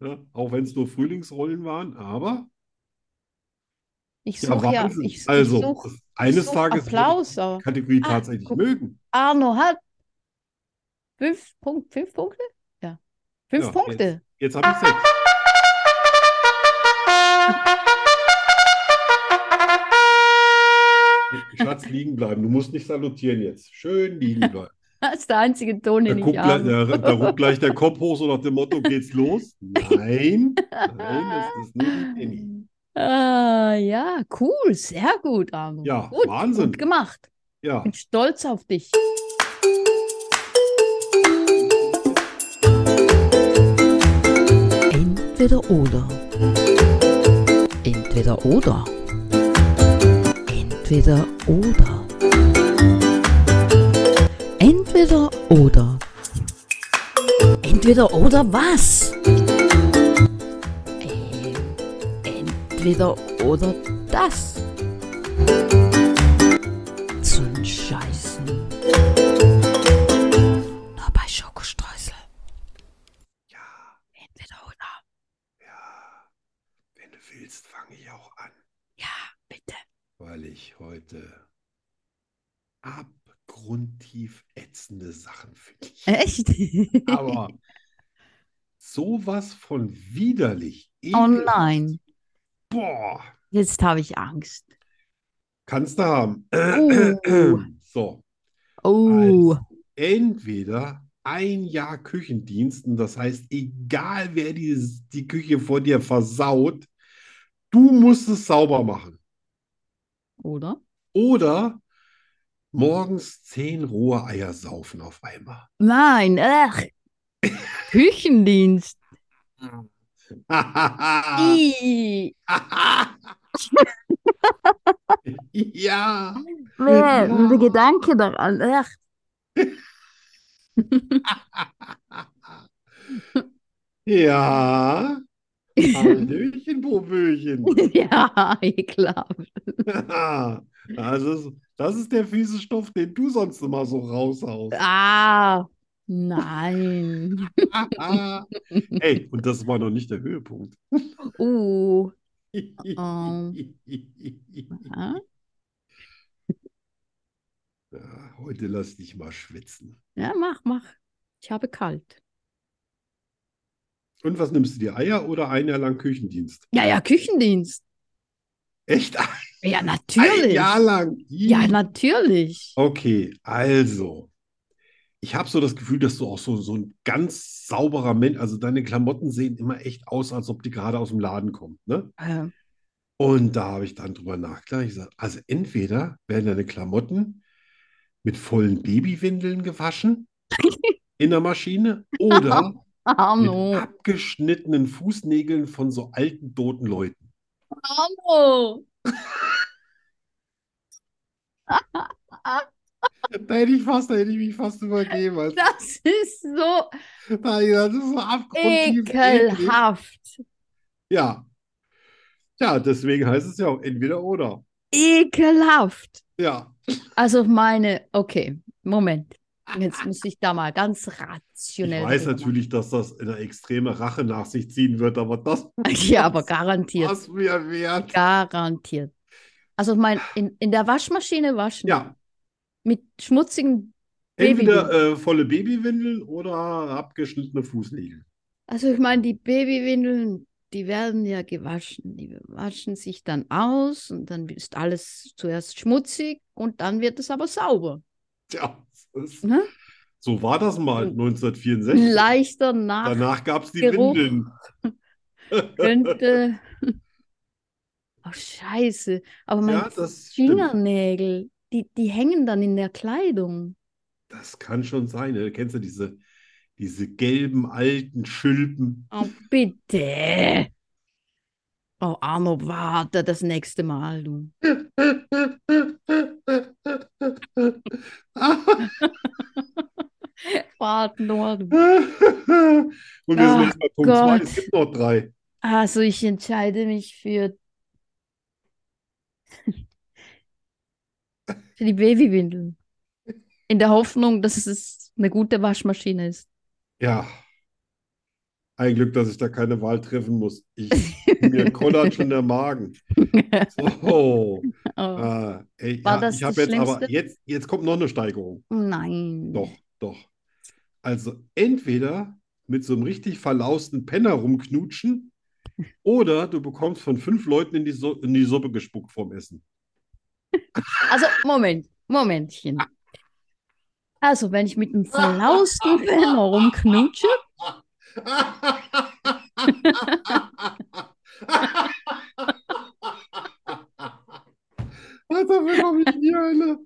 Speaker 1: Ja, auch wenn es nur Frühlingsrollen waren, aber
Speaker 2: Ich
Speaker 1: ja,
Speaker 2: suche ja,
Speaker 1: Wahnsinn.
Speaker 2: ich, ich
Speaker 1: Also,
Speaker 2: such- ich
Speaker 1: eines
Speaker 2: such
Speaker 1: Tages werde ich
Speaker 2: Applaus.
Speaker 1: die
Speaker 2: aber
Speaker 1: Kategorie
Speaker 2: Ah,
Speaker 1: tatsächlich
Speaker 2: guck.
Speaker 1: mögen.
Speaker 2: Arno hat fünf, Punkt, fünf Punkte? Ja. Fünf
Speaker 1: Ja,
Speaker 2: Punkte.
Speaker 1: Jetzt habe ich sechs. Schatz, liegen bleiben. Du musst nicht salutieren jetzt. Schön liegen bleiben.
Speaker 2: Das ist der einzige Ton,
Speaker 1: Da,
Speaker 2: den
Speaker 1: guckt
Speaker 2: ich
Speaker 1: gleich,
Speaker 2: habe.
Speaker 1: da, da ruckt gleich der Kopf hoch, so nach dem Motto, geht's los? Nein, nein, es ist nur die Penny.
Speaker 2: Ah, ja, cool, sehr gut, Arno.
Speaker 1: Ja,
Speaker 2: gut,
Speaker 1: Wahnsinn.
Speaker 2: gut gemacht.
Speaker 1: Ja,
Speaker 2: Bin stolz auf dich.
Speaker 3: Entweder oder. Entweder oder. Entweder oder. Entweder oder. Entweder oder was? Ähm, entweder oder das. Zum Scheißen. Nur bei Schokostreusel.
Speaker 1: ja,
Speaker 3: Entweder oder.
Speaker 1: ja. Wenn du willst, fange ich auch an,
Speaker 3: Ja, bitte.
Speaker 1: weil ich heute abgrundtief ätzende Sachen finde.
Speaker 2: Echt?
Speaker 1: Aber sowas von widerlich.
Speaker 2: Oh
Speaker 1: ekelhaft.
Speaker 2: nein,
Speaker 1: Boah,
Speaker 2: jetzt habe ich Angst.
Speaker 1: kannst du haben.
Speaker 2: Oh.
Speaker 1: So. also,
Speaker 2: Oh,
Speaker 1: entweder ein Jahr Küchendiensten, das heißt, egal wer die, die Küche vor dir versaut, Du musst es sauber machen.
Speaker 2: oder?
Speaker 1: Oder morgens zehn rohe Eier saufen auf einmal.
Speaker 2: Nein, ach. Küchendienst. Ah. Ih.
Speaker 1: Ja.
Speaker 2: Nee, Dieser Gedanke daran. Ach.
Speaker 1: Ja. Hallöchen, Boböchen.
Speaker 2: Ja, ekelhaft.
Speaker 1: Also, das ist der fiese Stoff, den du sonst immer so raushaust.
Speaker 2: Ah, nein.
Speaker 1: Ey, und das war noch nicht der Höhepunkt.
Speaker 2: Uh, Oh.
Speaker 1: Ja,
Speaker 2: ah,
Speaker 1: heute lass dich mal schwitzen.
Speaker 2: ja, mach, mach. Ich habe kalt.
Speaker 1: Und was nimmst du dir? Eier oder ein Jahr lang Küchendienst?
Speaker 2: Ja, ja, Küchendienst.
Speaker 1: Echt? Ein
Speaker 2: Ja, natürlich.
Speaker 1: Jahr lang?
Speaker 2: Ja, natürlich.
Speaker 1: Okay, also, ich habe so das Gefühl, dass du auch so, so ein ganz sauberer Mensch, also deine Klamotten sehen immer echt aus, als ob die gerade aus dem Laden kommen, ne?
Speaker 2: Äh,
Speaker 1: Und da habe ich dann drüber nachgedacht. Ich gesagt, also entweder werden deine Klamotten mit vollen Babywindeln gewaschen in der Maschine oder
Speaker 2: Ah,
Speaker 1: mit
Speaker 2: Arno.
Speaker 1: abgeschnittenen Fußnägeln von so alten, toten Leuten.
Speaker 2: Arno.
Speaker 1: Da hätte ich fast, da hätte ich mich fast übergeben. Also,
Speaker 2: Das ist so
Speaker 1: da, das ist so abgrundtief eklig.
Speaker 2: ekelhaft.
Speaker 1: Ja. Ja, deswegen heißt es ja auch entweder oder.
Speaker 2: Ekelhaft.
Speaker 1: Ja.
Speaker 2: Also meine, okay, Moment. Jetzt muss ich da mal ganz
Speaker 1: Ich
Speaker 2: rationell
Speaker 1: weiß
Speaker 2: drüber
Speaker 1: natürlich, dass das eine extreme Rache nach sich ziehen wird, aber das
Speaker 2: nachdenken. Ja, aber garantiert.
Speaker 1: war's mir wert.
Speaker 2: Garantiert. Also mein, in, in der Waschmaschine waschen.
Speaker 1: Ja,
Speaker 2: Mit schmutzigen.
Speaker 1: entweder äh, volle Babywindeln oder abgeschnittene Fußnägel.
Speaker 2: Also ich meine, die Babywindeln, die werden ja gewaschen. Die waschen sich dann aus und dann ist alles zuerst schmutzig und dann wird es aber sauber.
Speaker 1: Tja, das ist,
Speaker 2: Ne?
Speaker 1: so war das mal
Speaker 2: Ein
Speaker 1: 1964.
Speaker 2: Ein leichter Nach
Speaker 1: Danach gab es die
Speaker 2: Geruch.
Speaker 1: Windeln.
Speaker 2: könnte. Oh, scheiße. Aber meine
Speaker 1: Ja, das stimmt.
Speaker 2: Fingernägel, die, die hängen dann in der Kleidung.
Speaker 1: Das kann schon sein. Ne? Kennst du diese, diese gelben alten Schülpen?
Speaker 2: Oh, bitte. Oh, Arno, warte das nächste Mal, du. Warte nur, du.
Speaker 1: Und wir sind
Speaker 2: Ach
Speaker 1: jetzt bei Punkt zwei.
Speaker 2: Gott.
Speaker 1: Es gibt noch drei.
Speaker 2: Also, ich entscheide mich für, für die Babywindeln. In der Hoffnung, dass es eine gute Waschmaschine ist.
Speaker 1: Ja. Ein Glück, dass ich da keine Wahl treffen muss. Ich, mir kollert schon der Magen. So.
Speaker 2: Oh,
Speaker 1: Ah, ey,
Speaker 2: War
Speaker 1: ja,
Speaker 2: das
Speaker 1: ich habe
Speaker 2: das
Speaker 1: jetzt aber,
Speaker 2: Schlimmste?
Speaker 1: jetzt, jetzt kommt noch eine Steigerung.
Speaker 2: nein.
Speaker 1: Doch, doch. Also entweder mit so einem richtig verlausten Penner rumknutschen oder du bekommst von fünf Leuten in die, so in die Suppe gespuckt vorm Essen.
Speaker 2: Also, Moment, Momentchen. Also, wenn ich mit einem verlausten Penner rumknutsche,
Speaker 1: Alter, wir kommen in die Hölle.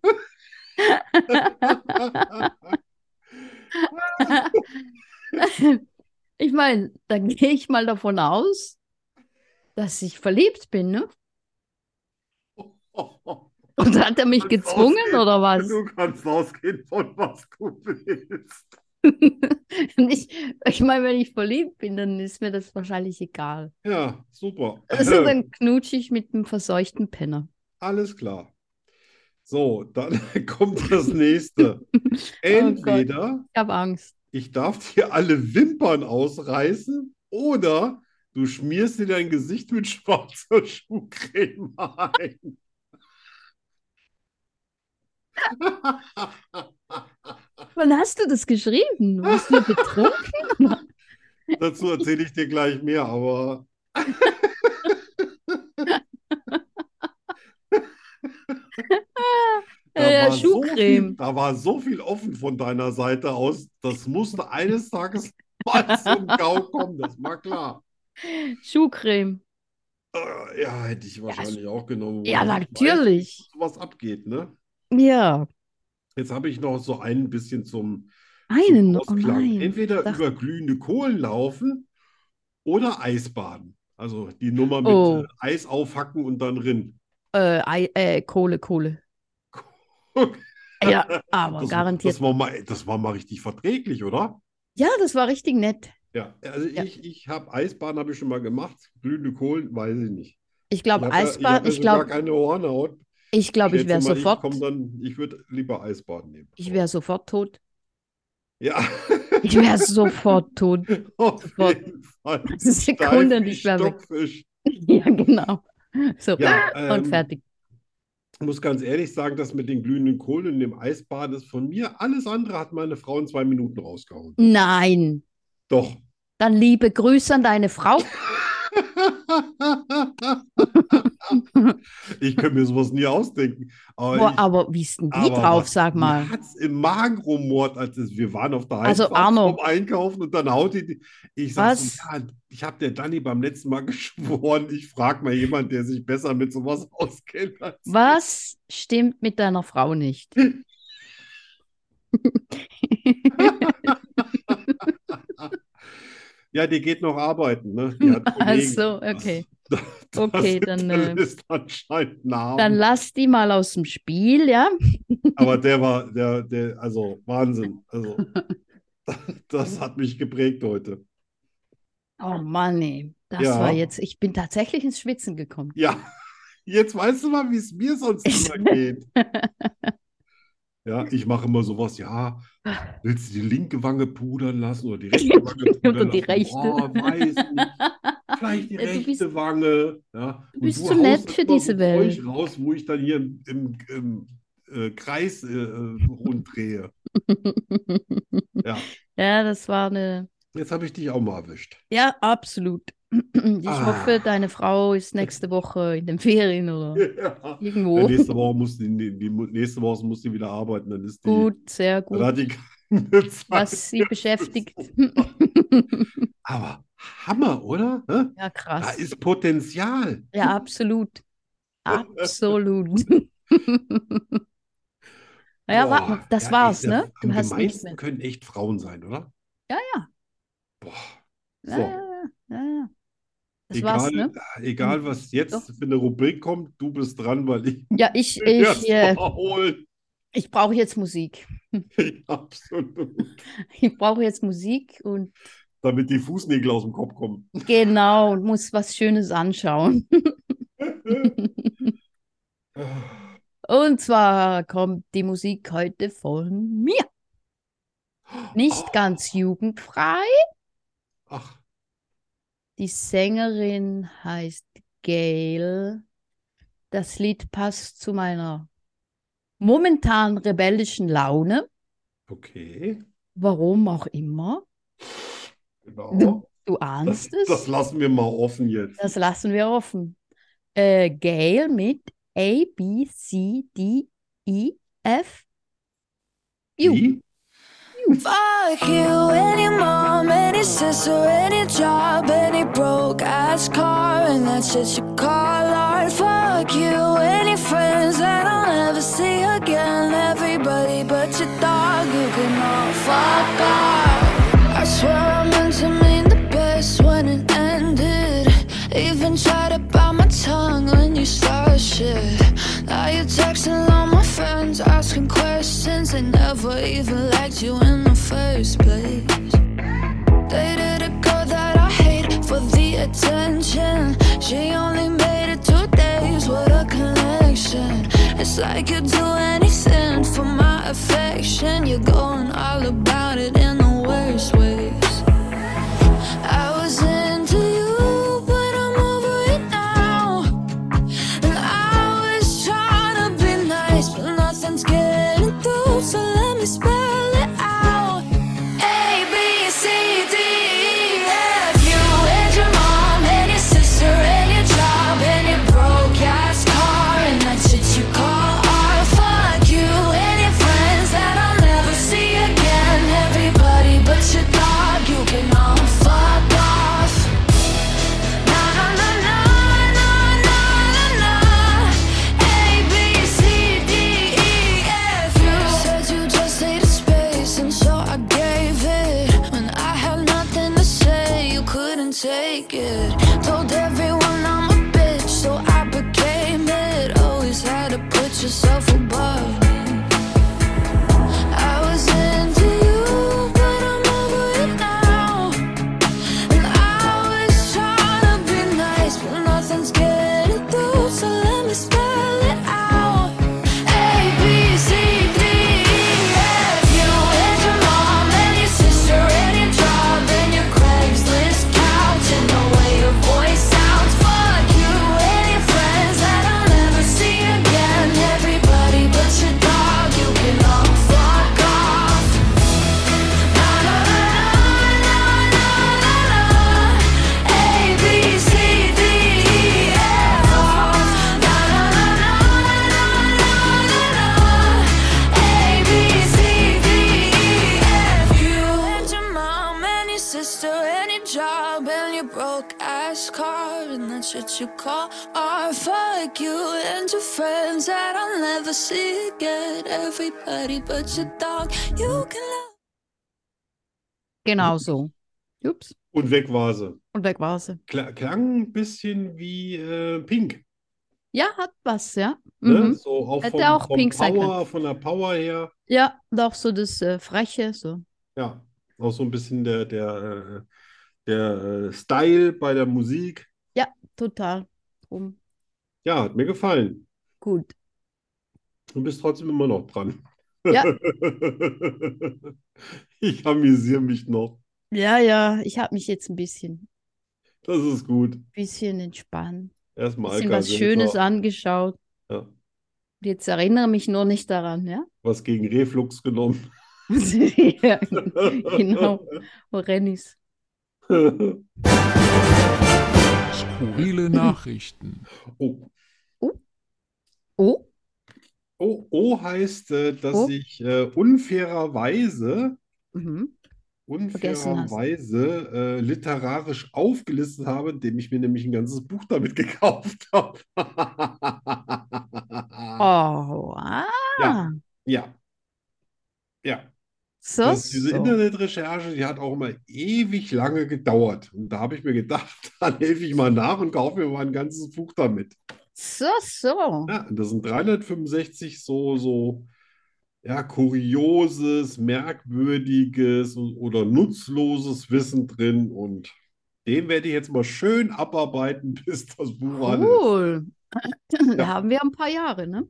Speaker 2: ich meine, dann gehe ich mal davon aus, dass ich verliebt bin, ne? Und hat er mich
Speaker 1: Kannst
Speaker 2: gezwungen
Speaker 1: ausgehen.
Speaker 2: oder was?
Speaker 1: Du kannst ausgehen von was du willst.
Speaker 2: Ich, ich meine, wenn ich verliebt bin, dann ist mir das wahrscheinlich egal.
Speaker 1: Ja, super.
Speaker 2: Also, dann knutsche ich mit einem verseuchten Penner.
Speaker 1: Alles klar. So, dann kommt das nächste. Entweder
Speaker 2: Ich habe Angst.
Speaker 1: ich darf dir alle Wimpern ausreißen oder du schmierst dir dein Gesicht mit schwarzer Schuhcreme ein.
Speaker 2: Wann hast du das geschrieben? Warst du betrunken?
Speaker 1: Dazu erzähle ich dir gleich mehr, aber da
Speaker 2: Äh,
Speaker 1: war so viel,
Speaker 2: Schuhcreme.
Speaker 1: da war so viel offen von deiner Seite aus, das musste eines Tages mal zum Gau kommen, das war klar.
Speaker 2: Schuhcreme.
Speaker 1: Äh, ja, hätte ich wahrscheinlich auch genommen.
Speaker 3: Ja,
Speaker 1: weil ich
Speaker 3: natürlich.
Speaker 1: Weiß, was abgeht, ne?
Speaker 2: Ja,
Speaker 1: Jetzt habe ich noch so ein bisschen zum, zum
Speaker 2: einen. Oh
Speaker 1: Ausklang.
Speaker 2: nein.
Speaker 1: Entweder
Speaker 2: Dacht-
Speaker 1: über glühende Kohlen laufen oder Eisbaden. Also die Nummer mit
Speaker 2: Oh.
Speaker 1: äh, Eis aufhacken und dann rinnen.
Speaker 2: Äh, Ei- äh, Kohle, Kohle. Ja, aber
Speaker 1: Das,
Speaker 2: Oh, garantiert.
Speaker 1: das war mal, das war mal richtig verträglich, oder?
Speaker 2: ja, das war richtig nett.
Speaker 1: Ja, also
Speaker 2: Ja.
Speaker 1: ich, ich habe Eisbaden habe ich schon mal gemacht. Glühende Kohlen, weiß ich nicht.
Speaker 2: Ich
Speaker 1: Ich
Speaker 2: glaube,
Speaker 1: hab ja- ich hab
Speaker 2: Eisbahn,
Speaker 1: ja
Speaker 2: ich
Speaker 1: sogar
Speaker 2: glaube,
Speaker 1: keine Hornhaut.
Speaker 2: ich glaube, ich
Speaker 1: Schätze
Speaker 2: wäre
Speaker 1: mal,
Speaker 2: sofort,
Speaker 1: komm dann, ich würde lieber Eisbaden nehmen.
Speaker 2: ich wäre sofort tot.
Speaker 1: Ja,
Speaker 2: Ich wäre sofort tot.
Speaker 1: auf
Speaker 2: sofort.
Speaker 1: jeden Fall.
Speaker 2: Sekunde
Speaker 1: Steif wie
Speaker 2: nicht mehr weg.
Speaker 1: Stockfisch.
Speaker 2: Ja, genau. So,
Speaker 1: Ja,
Speaker 2: und
Speaker 1: ähm,
Speaker 2: fertig.
Speaker 1: Ich muss ganz ehrlich sagen, das mit den glühenden Kohlen und dem Eisbaden ist von mir. Alles andere hat meine Frau in zwei Minuten rausgehauen.
Speaker 2: Nein.
Speaker 1: Doch.
Speaker 2: Dann liebe Grüße an deine Frau.
Speaker 1: Ich könnte mir sowas nie ausdenken. Aber
Speaker 2: Boah,
Speaker 1: ich,
Speaker 2: aber wie ist denn die
Speaker 1: aber
Speaker 2: drauf,
Speaker 1: was
Speaker 2: sag mal?
Speaker 1: Mir hat's im Magen rumort, als es, wir waren auf der
Speaker 2: Also,
Speaker 1: Heimfahrt
Speaker 2: Arno.
Speaker 1: vom Einkaufen und dann haut die. Ich sag so,
Speaker 2: Was?
Speaker 1: ja, ich habe der Dani beim letzten Mal geschworen, ich frage mal jemanden, der sich besser mit sowas auskennt als ich.
Speaker 2: Was stimmt mit deiner Frau nicht?
Speaker 1: Ja, die geht noch arbeiten, ne? Die hat
Speaker 2: Ach
Speaker 1: Kollegen.
Speaker 2: so, Also, okay.
Speaker 1: Das, das
Speaker 2: Okay, dann, äh,
Speaker 1: ist anscheinend ein Name.
Speaker 2: Dann lass die mal aus dem Spiel, ja?
Speaker 1: Aber der war, der, der, also Wahnsinn. Also, das hat mich geprägt heute.
Speaker 2: Oh Mann, ey. Das
Speaker 1: Ja.
Speaker 2: war jetzt, ich bin tatsächlich ins Schwitzen gekommen.
Speaker 1: Ja, jetzt weißt du mal, wie es mir sonst immer geht. Ja, ich mache immer sowas, ja, willst du die linke Wange pudern lassen oder die rechte Wange pudern
Speaker 2: Und die
Speaker 1: lassen?
Speaker 2: rechte.
Speaker 1: Oh, weiß nicht. Vielleicht die
Speaker 2: Ja, du
Speaker 1: rechte
Speaker 2: bist-
Speaker 1: Wange. Ja.
Speaker 2: du
Speaker 1: Und
Speaker 2: bist
Speaker 1: du
Speaker 2: zu
Speaker 1: haust
Speaker 2: nett
Speaker 1: immer
Speaker 2: für
Speaker 1: so
Speaker 2: diese Welt.
Speaker 1: Zeug raus, wo ich dann hier im, im, im äh, Kreis äh, äh, runddrehe. Ja.
Speaker 2: Ja, das war eine.
Speaker 1: Jetzt habe ich dich auch mal erwischt.
Speaker 2: Ja, absolut. Ich
Speaker 1: Ah.
Speaker 2: hoffe, deine Frau ist nächste Woche in den Ferien oder
Speaker 1: Ja.
Speaker 2: irgendwo.
Speaker 1: Nächste Woche muss die, die, die nächste Woche muss die wieder arbeiten, dann ist die,
Speaker 2: Gut, sehr
Speaker 1: dann
Speaker 2: gut.
Speaker 1: hat die keine Zeit.
Speaker 2: Was sie beschäftigt.
Speaker 1: Aber Hammer, oder? Hä?
Speaker 2: Ja,
Speaker 1: Da
Speaker 2: krass.
Speaker 1: ist Potenzial.
Speaker 2: Ja, absolut. Absolut. Naja, warte
Speaker 1: Boah,
Speaker 2: mal, das
Speaker 1: ja,
Speaker 2: war's,
Speaker 1: echt,
Speaker 2: ne?
Speaker 1: Am
Speaker 2: Du hast nichts
Speaker 1: gemeinsten
Speaker 2: mehr.
Speaker 1: können echt Frauen sein, oder?
Speaker 2: Ja, ja.
Speaker 1: Boah.
Speaker 2: Ja,
Speaker 1: So,
Speaker 2: ja, ja, ja. Das
Speaker 1: egal,
Speaker 2: war's, ne?
Speaker 1: egal, was jetzt
Speaker 2: Doch.
Speaker 1: für eine Rubrik kommt, du bist dran, weil ich
Speaker 2: Ja, ich,
Speaker 1: mir das
Speaker 2: ich, äh,
Speaker 1: mal holen.
Speaker 2: ich brauche jetzt Musik.
Speaker 1: Absolut.
Speaker 2: Ich brauche jetzt Musik und
Speaker 1: Damit die Fußnägel aus dem Kopf kommen.
Speaker 2: genau, und muss was Schönes anschauen. Und zwar kommt die Musik heute von mir. Nicht ganz jugendfrei.
Speaker 1: Ach,
Speaker 2: Die Sängerin heißt Gail. Das Lied passt zu meiner momentan rebellischen Laune.
Speaker 1: okay.
Speaker 2: Warum auch immer.
Speaker 1: Genau.
Speaker 2: Du
Speaker 1: Das,
Speaker 2: ahnst
Speaker 1: das
Speaker 2: es.
Speaker 1: lassen wir mal offen jetzt.
Speaker 2: Das lassen wir offen. Äh, Gail mit A, B, C, D, E, F, U.
Speaker 1: Wie?
Speaker 4: Fuck you, any mom, any sister, any job, any broke ass car, and that shit you call art. Fuck you, any friends that I'll never see again, everybody but your dog, you can all fuck off. I swear I meant to mean the best when it ended. Even tried to bite my tongue when you started shit. Now you're texting all my friends, asking questions. They never even liked you in the first place. Dated a girl that I hate for the attention. She only made it two days. What a connection. It's like you'd do anything for my affection. You're going all about it in the worst ways. I was into you, but I'm over it now. And I was trying to be nice, but nothing's getting through. So let me spell it out. A B C D E F U and your mom and your sister and your job and your broke ass car and that shit you call art. Fuck you and your friends that I'll never see again. Everybody. fake it. Told everyone I'm a bitch, so I became it. Always had to put yourself above me. I was into you, but I'm over it now. And I always try to be nice, but nothing's getting through. So let me spell it out. A B C D E F. You and your mom and your E, sister and your job and your Craigslist couch and the way your voice sounds. Fuck you and your friends that I'll never see again. Everybody but your dog, you can all fuck off. La la la la la la la A B C D E F La la la la la la la A B C D E F You and your mom and your sister and your job and your broke ass car and that shit you call art. Fuck you and your friends that I'll never see again. Everybody but your dog, you can love.
Speaker 2: Genau so. Ups.
Speaker 1: Und weg war sie.
Speaker 2: Und weg war sie.
Speaker 1: Kla klang ein bisschen wie äh, Pink.
Speaker 2: Ja, hat was, ja.
Speaker 1: Ne?
Speaker 2: Mhm.
Speaker 1: So auch
Speaker 2: Hätte
Speaker 1: vom,
Speaker 2: auch
Speaker 1: vom
Speaker 2: Pink sein können.
Speaker 1: Power, von der Power her.
Speaker 2: Ja, und auch so das äh, Freche, so.
Speaker 1: Ja, auch so ein bisschen der, der, äh, der äh, Style bei der Musik.
Speaker 2: Total. Drum.
Speaker 1: Ja, hat mir gefallen.
Speaker 2: Gut.
Speaker 1: Du bist trotzdem immer noch dran.
Speaker 2: Ja.
Speaker 1: Ich amüsiere mich noch.
Speaker 2: Ja, ja, ich habe mich jetzt ein bisschen,
Speaker 1: Das ist gut.
Speaker 2: bisschen entspannt.
Speaker 1: Erstmal
Speaker 2: Bisschen was
Speaker 1: Alka-Seltzer.
Speaker 2: Schönes angeschaut.
Speaker 1: Ja.
Speaker 2: Jetzt erinnere mich nur nicht daran, ja?
Speaker 1: Was gegen Reflux genommen.
Speaker 2: ja genau, Rennis.
Speaker 3: Skurrile Nachrichten.
Speaker 1: Oh,
Speaker 2: Oh,
Speaker 1: oh, oh heißt, äh, dass
Speaker 2: Oh.
Speaker 1: ich äh, unfairerweise,
Speaker 2: mhm. Vergessen hast.
Speaker 1: unfairerweise äh, literarisch aufgelistet habe, indem ich mir nämlich ein ganzes Buch damit gekauft habe.
Speaker 2: Oh, ah,
Speaker 1: Ja. Ja. Ja.
Speaker 2: so,
Speaker 1: Das, diese
Speaker 2: so.
Speaker 1: Internetrecherche, die hat auch immer ewig lange gedauert. Und da habe ich mir gedacht, dann helfe ich mal nach und kaufe mir mal ein ganzes Buch damit.
Speaker 2: So, so.
Speaker 1: Ja, und das sind 365 so, so ja, kurioses, merkwürdiges o- oder nutzloses Wissen drin. Und den werde ich jetzt mal schön abarbeiten, bis das Buch alle ist.
Speaker 2: Cool.
Speaker 1: Ja.
Speaker 2: Da haben wir ein paar Jahre, ne?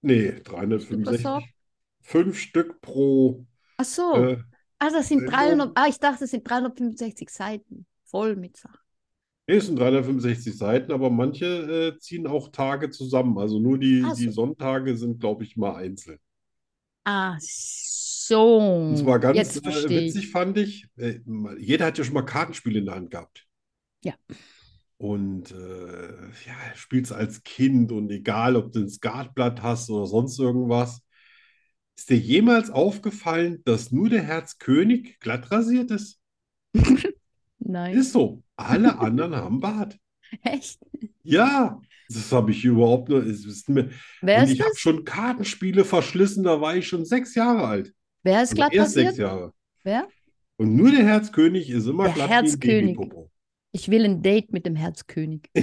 Speaker 1: Nee,
Speaker 2: auf?
Speaker 1: 365. Fünf Stück pro.
Speaker 2: Ach so.
Speaker 1: Äh,
Speaker 2: ah, das sind
Speaker 1: äh,
Speaker 2: 300. Ah, ich dachte, es sind 365 Seiten. Voll mit Sachen.
Speaker 1: nee, es sind 365 Seiten, aber manche äh, ziehen auch Tage zusammen. Also nur die,
Speaker 2: Ach
Speaker 1: die
Speaker 2: so.
Speaker 1: Sonntage sind, glaube ich, mal einzeln.
Speaker 2: Ah, so.
Speaker 1: Und zwar ganz
Speaker 2: Hm, Jetzt
Speaker 1: äh,
Speaker 2: verstehe ich.
Speaker 1: witzig fand ich, äh, mal- jeder hat ja schon mal Kartenspiel in der Hand gehabt.
Speaker 2: Ja.
Speaker 1: Und äh, ja, spielst als Kind und egal, ob du ein Skatblatt hast oder sonst irgendwas. Ist dir jemals aufgefallen, dass nur der Herzkönig glatt rasiert ist?
Speaker 2: Nein.
Speaker 1: Ist so. Alle anderen haben Bart.
Speaker 2: Echt?
Speaker 1: Ja, das habe ich überhaupt nur. Es ist mir,
Speaker 2: Wer
Speaker 1: und
Speaker 2: ist
Speaker 1: ich habe
Speaker 2: das?
Speaker 1: schon Kartenspiele verschlissen, da war ich schon sechs Jahre alt.
Speaker 2: Wer ist
Speaker 1: Also
Speaker 2: glatt
Speaker 1: erst sechs
Speaker 2: rasiert?
Speaker 1: Jahre.
Speaker 2: Wer?
Speaker 1: Und nur der Herzkönig ist immer
Speaker 2: Der
Speaker 1: glatt wie ein
Speaker 2: Herzkönig.
Speaker 1: Babypopo.
Speaker 2: Ich will ein Date mit dem Herzkönig.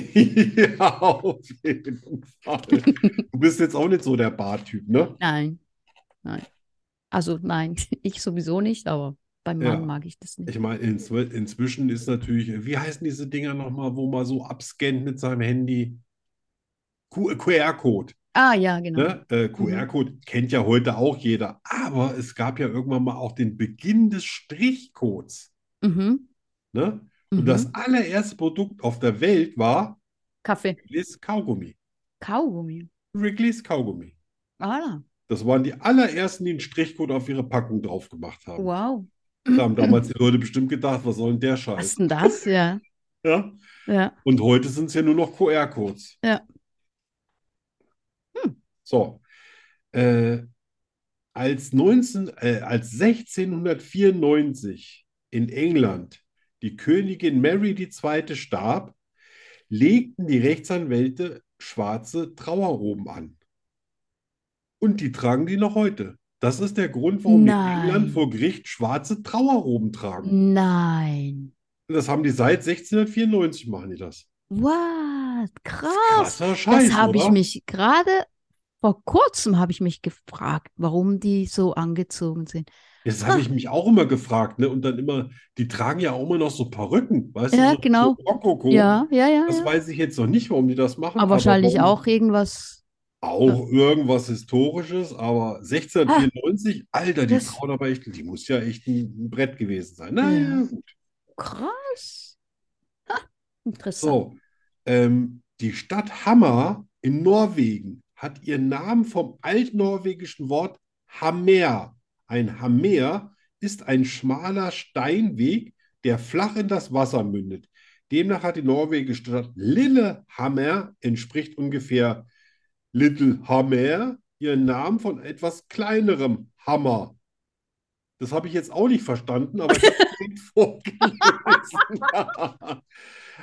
Speaker 1: Ja, auf jeden Fall. Du bist jetzt auch nicht so der Barttyp, ne?
Speaker 2: Nein. Nein. Also nein, ich sowieso nicht, aber beim Mann
Speaker 1: Ja.
Speaker 2: mag ich das nicht.
Speaker 1: Ich meine, inzw inzwischen ist natürlich, wie heißen diese Dinger nochmal, wo man so abscannt mit seinem Handy? Q- QR-Code.
Speaker 2: Ah ja, Mhm. genau.
Speaker 1: Ne? Äh, QR-Code kennt ja heute auch jeder. Aber es gab ja irgendwann mal auch den Beginn des Strichcodes.
Speaker 2: Mhm.
Speaker 1: Ne?
Speaker 2: Mhm.
Speaker 1: Und das allererste Produkt auf der Welt war
Speaker 2: Kaffee.
Speaker 1: Wrigley's Kaugummi.
Speaker 2: Kaugummi.
Speaker 1: Wrigley's Kaugummi.
Speaker 2: Ah,
Speaker 1: Das waren die allerersten, die einen Strichcode auf ihre Packung drauf gemacht haben.
Speaker 2: wow.
Speaker 1: Da haben damals die Leute bestimmt gedacht, was soll denn der
Speaker 2: Was
Speaker 1: Scheiß?
Speaker 2: ist denn das? Ja.
Speaker 1: Ja?
Speaker 2: Ja.
Speaker 1: Und heute sind es ja nur noch QR-Codes.
Speaker 2: Ja.
Speaker 1: Hm. So. Äh, als 19, äh, als 1694 in England die Königin Mary II. starb, legten die Rechtsanwälte schwarze Trauerroben an. Und die tragen die noch heute. Das ist der Grund, warum die in
Speaker 2: Nein.
Speaker 1: England vor Gericht schwarze Trauerroben tragen.
Speaker 2: Nein.
Speaker 1: Das haben die seit 1694 machen die das.
Speaker 2: What? Krass.
Speaker 1: Krasser Scheiß,
Speaker 2: Das habe ich
Speaker 1: oder?
Speaker 2: mich gerade vor kurzem habe ich mich gefragt, warum die so angezogen sind.
Speaker 1: Das
Speaker 2: Ah.
Speaker 1: habe ich mich auch immer gefragt, ne? Und dann immer, die tragen ja auch immer noch so Perücken, weißt
Speaker 2: Ja,
Speaker 1: du? So,
Speaker 2: genau.
Speaker 1: So Rokoko.
Speaker 2: Ja, ja, ja.
Speaker 1: Das
Speaker 2: ja.
Speaker 1: weiß ich jetzt noch nicht, warum die das machen.
Speaker 2: Aber wahrscheinlich
Speaker 1: warum?
Speaker 2: auch irgendwas.
Speaker 1: Auch irgendwas Historisches, aber 1694, Alter, die
Speaker 2: Ah. das-
Speaker 1: Frau dabei, echt, die muss ja echt ein ein Brett gewesen sein. Na
Speaker 2: Ja.
Speaker 1: ja, gut.
Speaker 2: Krass. Ha, interessant.
Speaker 1: So, ähm, die Stadt Hammer in Norwegen hat ihren Namen vom altnorwegischen Wort Hammer. Ein Hammer ist ein schmaler Steinweg, der flach in das Wasser mündet. Demnach hat die norwegische Stadt Lillehammer, entspricht ungefähr Littlehammer, ihren Namen von etwas kleinerem Hammer. Das habe ich jetzt auch nicht verstanden, aber ich habe es direkt vorgelesen.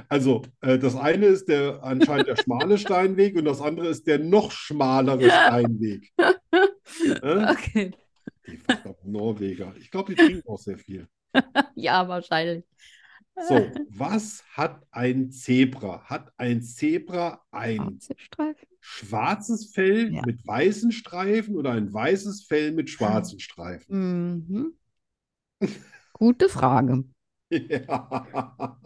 Speaker 1: Also, äh, das eine ist der anscheinend der schmale Steinweg und das andere ist der noch schmalere Steinweg. Äh?
Speaker 2: Okay.
Speaker 1: Die verdammten Norweger. Ich glaube, die trinken auch sehr viel.
Speaker 2: Ja, wahrscheinlich.
Speaker 1: So, was hat ein Zebra? Hat ein Zebra
Speaker 2: Hm.
Speaker 1: ein
Speaker 2: Streifen.
Speaker 1: schwarzes Fell
Speaker 2: Ah. Ja.
Speaker 1: mit weißen Streifen oder ein weißes Fell mit schwarzen Streifen?
Speaker 2: Mhm. Gute Frage.
Speaker 1: Ja.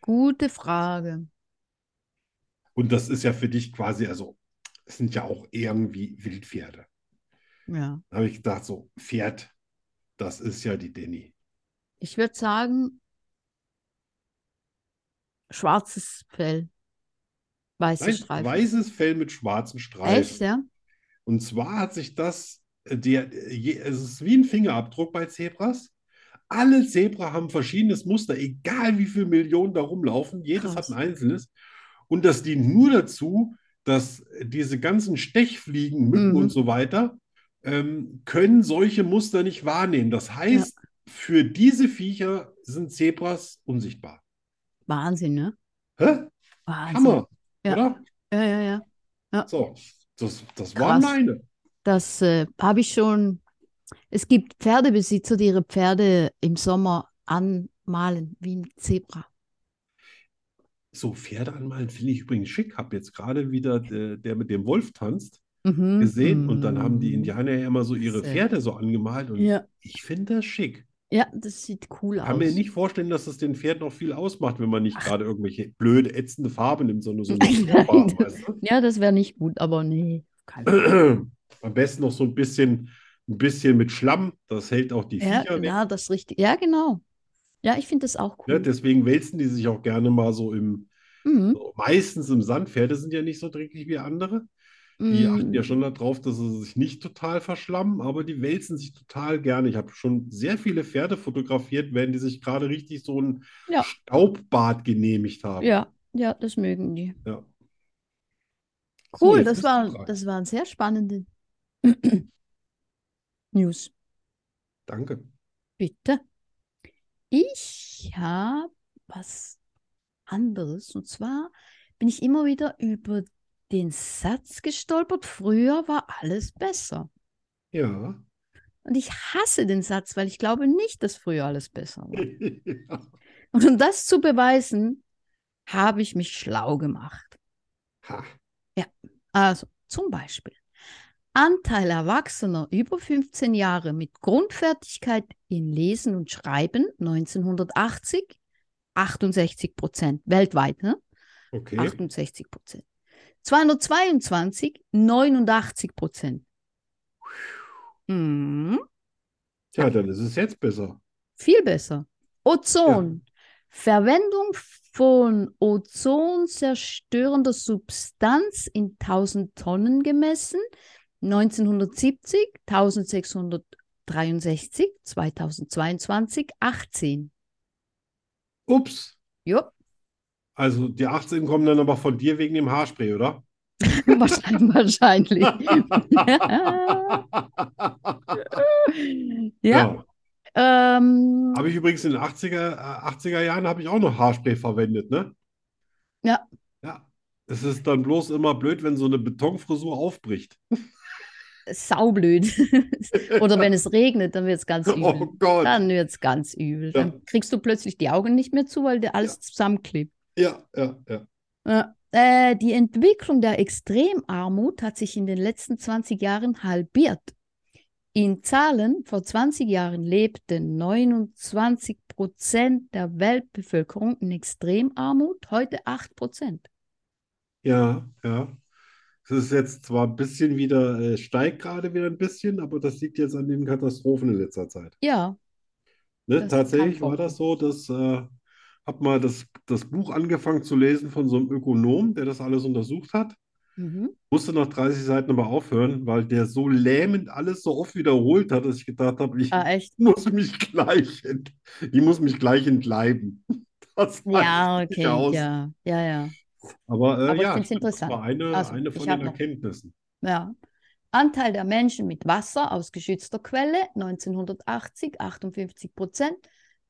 Speaker 2: Gute Frage.
Speaker 1: Und das ist ja für dich quasi, also, es sind ja auch irgendwie Wildpferde.
Speaker 2: Ja.
Speaker 1: Da habe ich gedacht, so, Pferd, das ist ja die Denny.
Speaker 2: Ich würde sagen, schwarzes Fell, weiße
Speaker 1: Nein,
Speaker 2: Streifen.
Speaker 1: weißes Fell mit schwarzen Streifen.
Speaker 2: Echt, ja?
Speaker 1: Und zwar hat sich das, äh, der, je- es ist wie ein Fingerabdruck bei Zebras. Alle Zebra haben verschiedenes Muster, egal wie viele Millionen da rumlaufen, jedes
Speaker 2: Krass.
Speaker 1: hat ein einzelnes. Und das dient nur dazu, dass diese ganzen Stechfliegen, Mücken
Speaker 2: Mhm.
Speaker 1: und so weiter, ähm, können solche Muster nicht wahrnehmen. Das heißt, für diese Viecher sind Zebras unsichtbar.
Speaker 2: Wahnsinn, ne?
Speaker 1: Hä?
Speaker 2: Wahnsinn.
Speaker 1: Hammer,
Speaker 2: Ja.
Speaker 1: oder?
Speaker 2: Ja, ja, ja.
Speaker 1: So, das, das waren
Speaker 2: Krass.
Speaker 1: meine.
Speaker 2: Das äh, habe ich schon. Es gibt Pferdebesitzer, die ihre Pferde im Sommer anmalen, wie ein Zebra.
Speaker 1: So, Pferde anmalen finde ich übrigens schick. Hab jetzt gerade wieder der, der mit dem Wolf tanzt
Speaker 2: Mhm.
Speaker 1: gesehen und dann haben die
Speaker 2: Mhm.
Speaker 1: Indianer ja immer so ihre
Speaker 2: Sehr.
Speaker 1: Pferde so angemalt und
Speaker 2: Ja.
Speaker 1: ich finde das schick.
Speaker 2: ja, das sieht cool
Speaker 1: Kann
Speaker 2: aus.
Speaker 1: mir nicht vorstellen, dass es den Pferden auch viel ausmacht, wenn man nicht gerade irgendwelche blöde, ätzende Farben nimmt, sondern so eine
Speaker 2: Nein.
Speaker 1: Farbe, weißt du?
Speaker 2: Ja, das wäre nicht gut, aber nee. Kein
Speaker 1: Am besten noch so ein bisschen, ein bisschen mit Schlamm. Das hält auch die
Speaker 2: Ja,
Speaker 1: Viecher weg.
Speaker 2: ja, das ist richtig. Ja, genau. Ja, ich finde das auch
Speaker 1: Ne?
Speaker 2: cool.
Speaker 1: Deswegen wälzen die sich auch gerne mal so im,
Speaker 2: Mhm.
Speaker 1: so meistens im Sand. Pferde sind ja nicht so dreckig wie andere. Die achten ja
Speaker 2: Mhm.
Speaker 1: schon darauf, dass sie sich nicht total verschlammen, aber die wälzen sich total gerne. Ich habe schon sehr viele Pferde fotografiert, wenn die sich gerade richtig so ein
Speaker 2: Ja.
Speaker 1: Staubbad genehmigt haben.
Speaker 2: Ja, ja, das mögen die.
Speaker 1: Ja. So,
Speaker 2: Cool,
Speaker 1: jetzt
Speaker 2: das
Speaker 1: bist du
Speaker 2: war,
Speaker 1: dran.
Speaker 2: das waren sehr spannende News.
Speaker 1: Danke.
Speaker 2: Bitte. Ich habe was anderes. Und zwar bin ich immer wieder über den Satz gestolpert, früher war alles besser.
Speaker 1: Ja.
Speaker 2: Und ich hasse den Satz, weil ich glaube nicht, dass früher alles besser war.
Speaker 1: Ja.
Speaker 2: Und um das zu beweisen, habe ich mich schlau gemacht.
Speaker 1: Ha.
Speaker 2: Also zum Beispiel, Anteil Erwachsener über 15 Jahre mit Grundfertigkeit in Lesen und Schreiben 1980 68 Prozent weltweit, ne?
Speaker 1: Okay.
Speaker 2: 68 Prozent. 222 89 Prozent. Hm,
Speaker 1: Tja, dann ist es jetzt besser.
Speaker 2: viel besser. Ozon. Verwendung von ozonzerstörender Substanz in 1000 Tonnen gemessen 1970 1663 2022 18.
Speaker 1: Ups.
Speaker 2: Jo,
Speaker 1: Also die 18 kommen dann aber von dir wegen dem Haarspray, oder?
Speaker 2: wahrscheinlich. wahrscheinlich. ja. Ähm,
Speaker 1: Habe ich übrigens in den 80er, äh, 80er Jahren habe ich auch noch Haarspray verwendet, ne?
Speaker 2: Ja.
Speaker 1: Ja. Es ist dann bloß immer blöd, wenn so eine Betonfrisur aufbricht.
Speaker 2: saublöd. Oder wenn es regnet, dann wird es ganz
Speaker 1: Oh
Speaker 2: übel.
Speaker 1: Gott.
Speaker 2: Dann wird es ganz übel.
Speaker 1: Ja.
Speaker 2: Dann kriegst du plötzlich die Augen nicht mehr zu, weil dir alles zusammenklebt.
Speaker 1: Ja, ja, ja.
Speaker 2: Ja. Äh, die Entwicklung der Extremarmut hat sich in den letzten 20 Jahren halbiert. In Zahlen, vor 20 Jahren lebten 29 Prozent der Weltbevölkerung in Extremarmut, heute 8 Prozent.
Speaker 1: Ja, ja. Es ist jetzt zwar ein bisschen wieder, äh, steigt gerade wieder ein bisschen, aber das liegt jetzt an den Katastrophen in letzter Zeit.
Speaker 2: Ja,
Speaker 1: Ne?
Speaker 2: Das
Speaker 1: Tatsächlich
Speaker 2: kann
Speaker 1: war das so, dass äh, hab mal das, das Buch angefangen zu lesen von so einem Ökonom, der das alles untersucht hat.
Speaker 2: mhm.
Speaker 1: Musste nach 30 Seiten aber aufhören, weil der so lähmend alles so oft wiederholt hat, dass ich gedacht habe, ich
Speaker 2: Ah, echt.
Speaker 1: muss mich gleich, ent ich muss mich gleich entleiben. Ah, Das reicht
Speaker 2: Ja,
Speaker 1: nicht
Speaker 2: okay,
Speaker 1: aus.
Speaker 2: ja, ja, ja.
Speaker 1: Aber, äh,
Speaker 2: Aber ich
Speaker 1: ja,
Speaker 2: find's
Speaker 1: stimmt, das
Speaker 2: interessant.
Speaker 1: war eine,
Speaker 2: Also,
Speaker 1: eine
Speaker 2: ich
Speaker 1: von
Speaker 2: hab
Speaker 1: den
Speaker 2: noch-
Speaker 1: Erkenntnissen.
Speaker 2: Ja. Anteil der Menschen mit Wasser aus geschützter Quelle 1980 58 Prozent,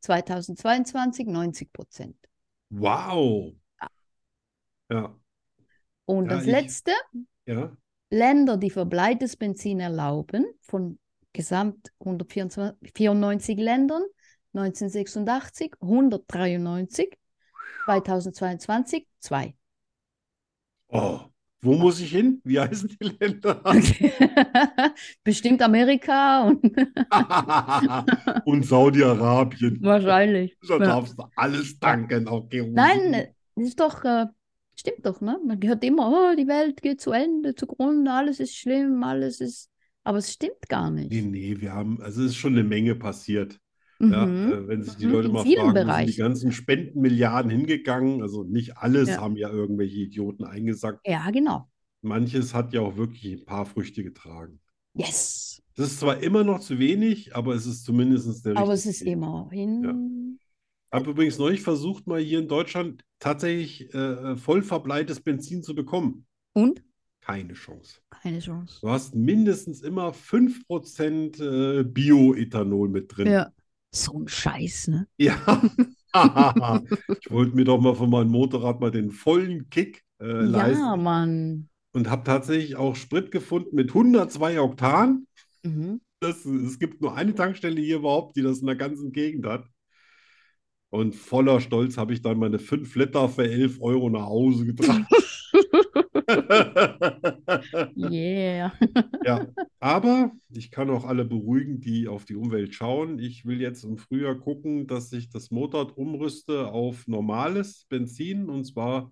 Speaker 2: 2022 90 Prozent.
Speaker 1: Wow.
Speaker 2: Ah.
Speaker 1: Ja,
Speaker 2: Und
Speaker 1: Ja,
Speaker 2: das
Speaker 1: ich-
Speaker 2: letzte,
Speaker 1: ja.
Speaker 2: Länder, die verbleites Benzin erlauben, von gesamt 194 Ländern 1986 193, 2022 2.
Speaker 1: Oh, wo muss ich hin? Wie heißen die Länder?
Speaker 2: Bestimmt Amerika und
Speaker 1: Und Saudi-Arabien.
Speaker 2: wahrscheinlich.
Speaker 1: Da
Speaker 2: Ja.
Speaker 1: darfst du alles danken, auch Gerufen.
Speaker 2: Nein,
Speaker 1: Mhm.
Speaker 2: äh, das ist doch, äh, stimmt doch, ne? Man hört immer, oh, die Welt geht zu Ende, zugrunde, alles ist schlimm, alles ist. Aber es stimmt gar
Speaker 1: Nee,
Speaker 2: nicht.
Speaker 1: nee, wir haben, also es ist schon eine Menge passiert. Ja,
Speaker 2: Mhm.
Speaker 1: äh, wenn sich die
Speaker 2: Mhm,
Speaker 1: Leute
Speaker 2: in
Speaker 1: mal
Speaker 2: vielen
Speaker 1: fragen, wo sind die
Speaker 2: Bereichen.
Speaker 1: ganzen Spendenmilliarden hingegangen? Also nicht alles
Speaker 2: Ja.
Speaker 1: haben ja irgendwelche Idioten eingesackt.
Speaker 2: Ja, genau.
Speaker 1: Manches hat ja auch wirklich ein paar Früchte getragen.
Speaker 2: Yes.
Speaker 1: Das ist zwar immer noch zu wenig, aber es ist zumindest der
Speaker 2: Aber es
Speaker 1: richtige
Speaker 2: ist
Speaker 1: Weg.
Speaker 2: immerhin.
Speaker 1: Habe übrigens neulich versucht, mal hier in Deutschland tatsächlich äh, voll verbleites Benzin zu bekommen.
Speaker 2: Und?
Speaker 1: Keine Chance.
Speaker 2: Keine Chance.
Speaker 1: Du hast mindestens immer 5% äh, Bio-Ethanol mit drin.
Speaker 2: Ja. So ein Scheiß, ne?
Speaker 1: Ja. Ich wollte mir doch mal von meinem Motorrad mal den vollen Kick äh,
Speaker 2: Ja,
Speaker 1: leisten
Speaker 2: Mann.
Speaker 1: und habe tatsächlich auch Sprit gefunden mit 102 Oktan.
Speaker 2: Mhm.
Speaker 1: Das, es gibt nur eine Tankstelle hier überhaupt, die das in der ganzen Gegend hat. Und voller Stolz habe ich dann meine 5 Liter für 11 Euro nach Hause getragen.
Speaker 2: Yeah.
Speaker 1: Ja, aber ich kann auch alle beruhigen, die auf die Umwelt schauen. Ich will jetzt im Frühjahr gucken, dass ich das Motorrad umrüste auf normales Benzin. Und zwar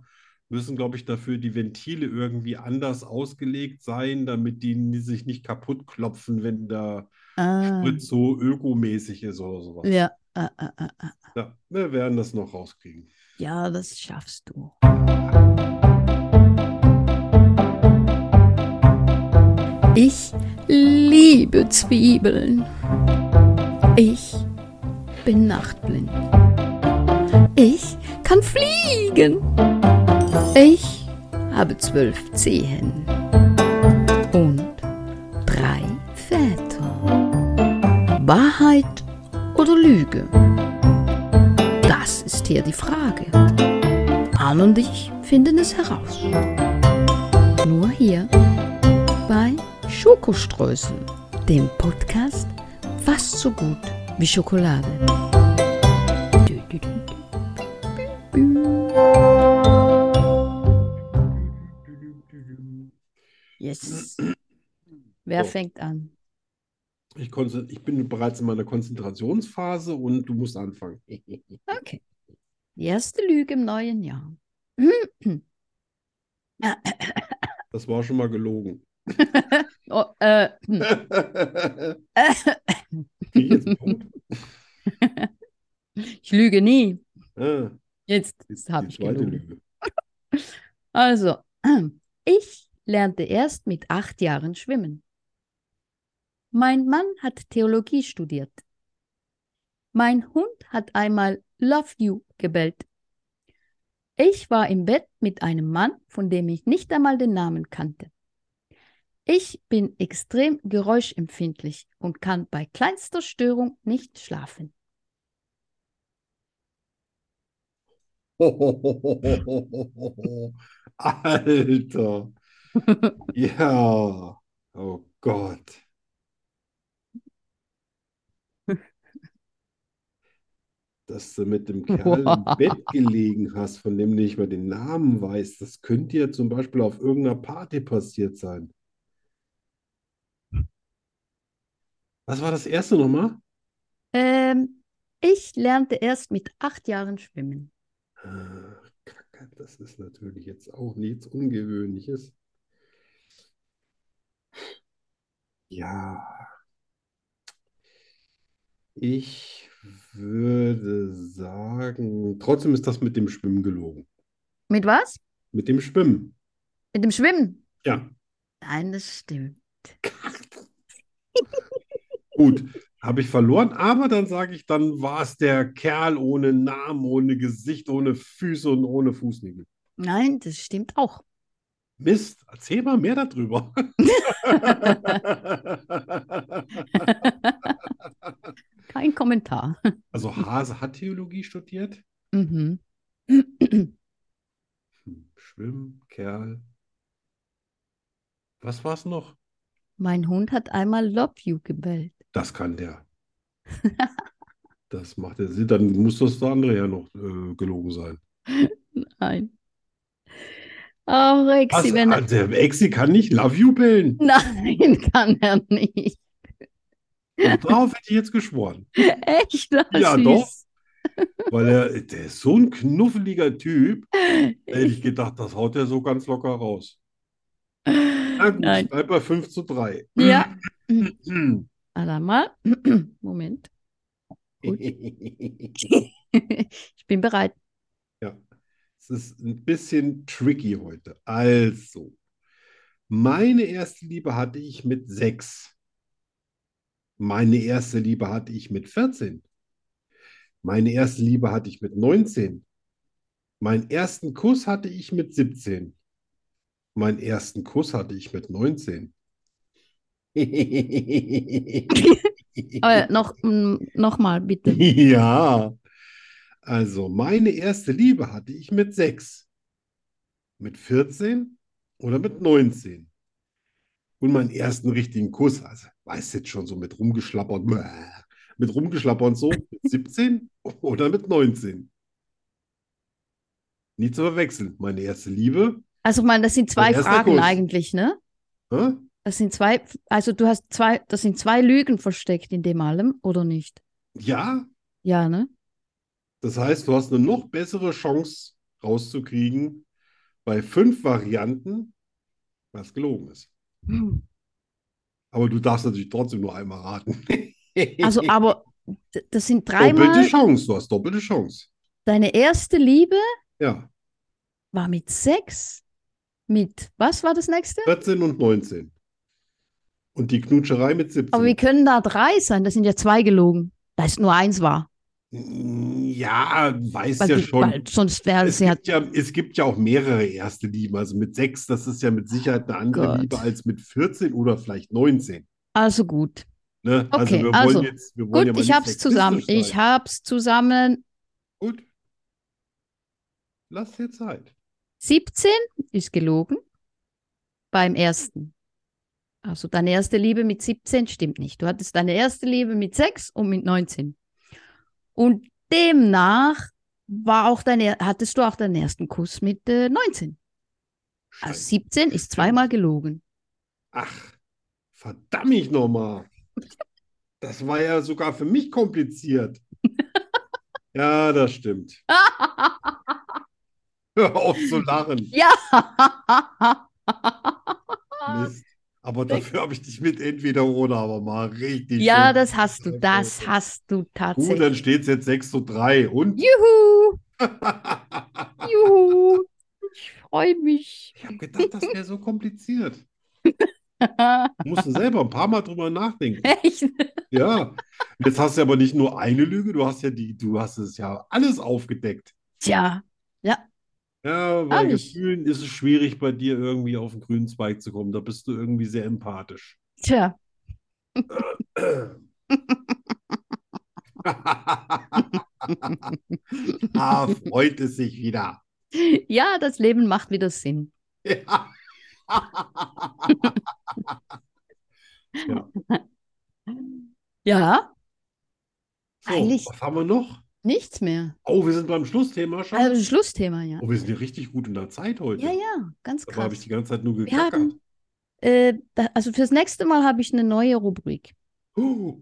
Speaker 1: müssen, glaube ich, dafür die Ventile irgendwie anders ausgelegt sein, damit die ni- sich nicht kaputt klopfen, wenn der
Speaker 2: Ah,
Speaker 1: Sprit so ökomäßig ist oder sowas.
Speaker 2: ja. Ah, ah, ah, ah.
Speaker 1: Ja, wir werden das noch rauskriegen.
Speaker 2: Ja, das schaffst du.
Speaker 3: Ich liebe Zwiebeln. Ich bin nachtblind. Ich kann fliegen. Ich habe zwölf Zehen und drei Väter. Wahrheit oder Lüge? Das ist hier die Frage. Anne und ich finden es heraus. Nur hier bei Schokoströßen, dem Podcast fast so gut wie Schokolade. Dü, dü, dü.
Speaker 2: Yes. Wer
Speaker 1: So.
Speaker 2: fängt an?
Speaker 1: Ich, konzen- ich bin bereits in meiner Konzentrationsphase und du musst anfangen.
Speaker 2: Okay. Die erste Lüge im neuen Jahr.
Speaker 1: Das war schon mal gelogen.
Speaker 2: Oh, äh, hm.
Speaker 1: Krieg ich jetzt einen Punkt?
Speaker 2: ich lüge nie.
Speaker 1: Ah,
Speaker 2: Jetzt
Speaker 1: die,
Speaker 2: habe
Speaker 1: die
Speaker 2: ich
Speaker 1: zweite
Speaker 2: gelogen.
Speaker 1: Lüge.
Speaker 2: Also, ich lernte erst mit acht Jahren schwimmen. Mein Mann hat Theologie studiert. Mein Hund hat einmal Love You gebellt. Ich war im Bett mit einem Mann, von dem ich nicht einmal den Namen kannte. Ich bin extrem geräuschempfindlich und kann bei kleinster Störung nicht schlafen.
Speaker 1: Alter. Ja. Oh Gott. Dass du mit dem Kerl im Bett gelegen hast, von dem du nicht mal den Namen weißt, das könnte ja zum Beispiel auf irgendeiner Party passiert sein. Was war das erste nochmal?
Speaker 2: Ähm, ich lernte erst mit acht Jahren schwimmen.
Speaker 1: Ah, Kacke, das ist natürlich jetzt auch nichts Ungewöhnliches. Ja. Ich würde sagen, trotzdem ist das mit dem Schwimmen gelogen.
Speaker 2: Mit was?
Speaker 1: Mit dem Schwimmen.
Speaker 2: Mit dem Schwimmen?
Speaker 1: Ja,
Speaker 2: Nein, das stimmt.
Speaker 1: gut. Habe ich verloren, aber dann sage ich, dann war es der Kerl ohne Namen, ohne Gesicht, ohne Füße und ohne Fußnägel.
Speaker 2: Nein, das stimmt auch.
Speaker 1: Mist, erzähl mal mehr darüber.
Speaker 2: Kein Kommentar.
Speaker 1: Also Hase hat Theologie studiert.
Speaker 2: Mhm.
Speaker 1: Hm, Schwimm, Kerl. Was war's noch?
Speaker 2: Mein Hund hat einmal Love You gebellt.
Speaker 1: Das kann der. Das macht der Sinn. Dann muss das andere ja noch äh, gelogen sein.
Speaker 2: Nein. Oh,
Speaker 1: Was?
Speaker 2: Rexi, wenn er...
Speaker 1: Ah, Der Exi kann nicht Love You bellen.
Speaker 2: Nein, kann er nicht.
Speaker 1: Und darauf hätte ich jetzt geschworen.
Speaker 2: Echt? Ah,
Speaker 1: Ja,
Speaker 2: süß.
Speaker 1: doch. Weil er, der ist so ein knuffeliger Typ. Da hätte ich gedacht, das haut er so ganz locker raus. Na gut,
Speaker 2: Nein.
Speaker 1: bleibt bei 5 zu 3.
Speaker 2: Ja. Warte mal. Moment. Gut. ich bin bereit.
Speaker 1: Es ist ein bisschen tricky heute. Also, meine erste Liebe hatte ich mit sechs. Meine erste Liebe hatte ich mit 14. Meine erste Liebe hatte ich mit 19. Meinen ersten Kuss hatte ich mit 17. Meinen ersten Kuss hatte ich mit 19.
Speaker 2: Aber noch, mm, noch mal, bitte.
Speaker 1: Ja, also meine erste Liebe hatte ich mit sechs, mit 14 oder mit 19. Und meinen ersten richtigen Kuss, also weiß jetzt schon so mit rumgeschlappert, mit rumgeschlappert so, mit 17 oder mit 19. Nicht zu verwechseln, meine erste Liebe.
Speaker 2: Also, man, das sind zwei
Speaker 1: Erster
Speaker 2: Fragen
Speaker 1: Kuss.
Speaker 2: eigentlich, ne?
Speaker 1: Hä?
Speaker 2: Das sind zwei, also du hast zwei, das sind zwei Lügen versteckt in dem allem, oder nicht?
Speaker 1: Ja,
Speaker 2: Ja, ne?
Speaker 1: Das heißt, du hast eine noch bessere Chance rauszukriegen bei fünf Varianten, was gelogen ist. Aber du darfst natürlich trotzdem nur einmal raten.
Speaker 2: Also, aber d- das sind
Speaker 1: Doppelte
Speaker 2: dreimal.
Speaker 1: Chance, du hast doppelte Chance.
Speaker 2: Deine erste Liebe
Speaker 1: Ja,
Speaker 2: war mit sechs. Mit, was war das nächste?
Speaker 1: 14 und 19. Und die Knutscherei mit
Speaker 2: Aber wir
Speaker 1: 17.
Speaker 2: können da drei sein, das sind ja zwei gelogen. Da ist nur eins wahr.
Speaker 1: Ja, weißt
Speaker 2: Weil
Speaker 1: ja
Speaker 2: die-
Speaker 1: schon.
Speaker 2: weil sonst wäre
Speaker 1: Es
Speaker 2: es ja.
Speaker 1: gibt ja, es gibt ja auch mehrere erste Lieben. Also mit sechs, das ist ja mit Sicherheit eine andere
Speaker 2: Oh Gott.
Speaker 1: Liebe als mit 14 oder vielleicht 19.
Speaker 2: Also gut.
Speaker 1: Ne? Also
Speaker 2: Okay,
Speaker 1: wir wollen
Speaker 2: also,
Speaker 1: jetzt, wir wollen ja
Speaker 2: Gut,
Speaker 1: mal
Speaker 2: ich
Speaker 1: nicht
Speaker 2: hab's zusammen.
Speaker 1: sexistisch
Speaker 2: Ich
Speaker 1: sein.
Speaker 2: hab's zusammen.
Speaker 1: Gut. Lass dir Zeit.
Speaker 2: 17 ist gelogen beim ersten. Also deine erste Liebe mit 17 stimmt nicht. Du hattest deine erste Liebe mit 6 und mit 19. Und demnach war auch deine, hattest du auch deinen ersten Kuss mit äh, 19. Also
Speaker 1: Scheiße.
Speaker 2: 17 ist zweimal gelogen.
Speaker 1: Ach, verdammt ich nochmal. Das war ja sogar für mich kompliziert. Ja, das stimmt. Hör auf zu lachen.
Speaker 2: Ja!
Speaker 1: Mist. Aber dafür habe ich dich mit entweder oder aber mal richtig
Speaker 2: ja,
Speaker 1: schön
Speaker 2: das hast du. Das
Speaker 1: Gut,
Speaker 2: hast du
Speaker 1: Gut,
Speaker 2: tatsächlich.
Speaker 1: dann steht es jetzt 6 zu 3 und
Speaker 2: Juhu!
Speaker 1: ich
Speaker 2: Juhu! Ich freue mich.
Speaker 1: habe gedacht, das wäre so kompliziert. Musst du selber ein paar Mal drüber nachdenken.
Speaker 2: Echt?
Speaker 1: Ja, jetzt hast du aber nicht nur eine Lüge, du hast ja die, du hast es ja alles aufgedeckt.
Speaker 2: Tja,
Speaker 1: Ja, bei
Speaker 2: Hab ich.
Speaker 1: Gefühlen ist es schwierig, bei dir irgendwie auf den grünen Zweig zu kommen. Da bist du irgendwie sehr empathisch.
Speaker 2: tja.
Speaker 1: Ah, freut es sich wieder.
Speaker 2: Ja, das Leben macht wieder Sinn.
Speaker 1: Ja.
Speaker 2: Ja,
Speaker 1: So,
Speaker 2: Eigentlich-
Speaker 1: was haben wir noch?
Speaker 3: Nichts mehr.
Speaker 1: Oh, wir sind beim Schlussthema schon.
Speaker 3: Also Schlussthema, ja.
Speaker 1: Oh, wir sind ja richtig gut in der Zeit heute.
Speaker 2: ja, ja, ganz
Speaker 1: Dabei habe ich
Speaker 2: krass.
Speaker 1: die ganze Zeit nur
Speaker 2: Wir
Speaker 1: gekackert.
Speaker 2: haben, äh, da, also fürs nächste Mal habe ich eine neue Rubrik.
Speaker 1: Oh,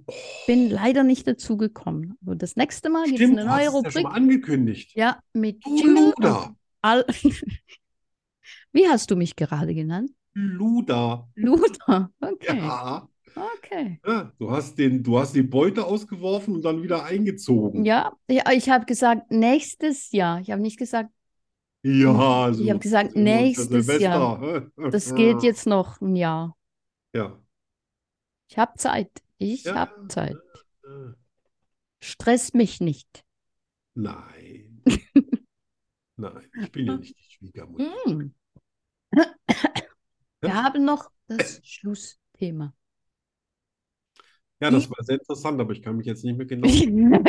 Speaker 2: Bin leider nicht dazu gekommen. Aber das nächste Mal gibt es
Speaker 1: stimmt,
Speaker 2: eine
Speaker 1: du hast
Speaker 2: neue
Speaker 1: es ja schon
Speaker 2: Rubrik.
Speaker 1: mal angekündigt.
Speaker 2: Ja, mit
Speaker 1: Du
Speaker 2: Jingle und
Speaker 1: Luda.
Speaker 2: all. Wie hast du mich gerade genannt?
Speaker 1: Luda.
Speaker 2: Luda. Okay,
Speaker 1: Ja.
Speaker 2: okay.
Speaker 1: ja. Du hast den, du hast die Beute ausgeworfen und dann wieder eingezogen.
Speaker 2: Ja, ja ich habe gesagt, nächstes Jahr. Ich habe nicht gesagt,
Speaker 1: Ja, also
Speaker 2: Ich hab gesagt,
Speaker 1: sehen wir uns für
Speaker 2: nächstes Jahr.
Speaker 1: Silvester.
Speaker 2: das geht
Speaker 1: Ah.
Speaker 2: jetzt noch ein Jahr.
Speaker 1: Ja.
Speaker 2: Ich habe Zeit. Ich
Speaker 1: Ja.
Speaker 2: habe Zeit. Stress mich nicht.
Speaker 1: Nein. Nein, ich bin ja nicht die Schwiegermutter.
Speaker 2: Mm. Wir haben noch das Schlussthema.
Speaker 1: Ja, das war sehr interessant, aber ich kann mich jetzt nicht mehr genau.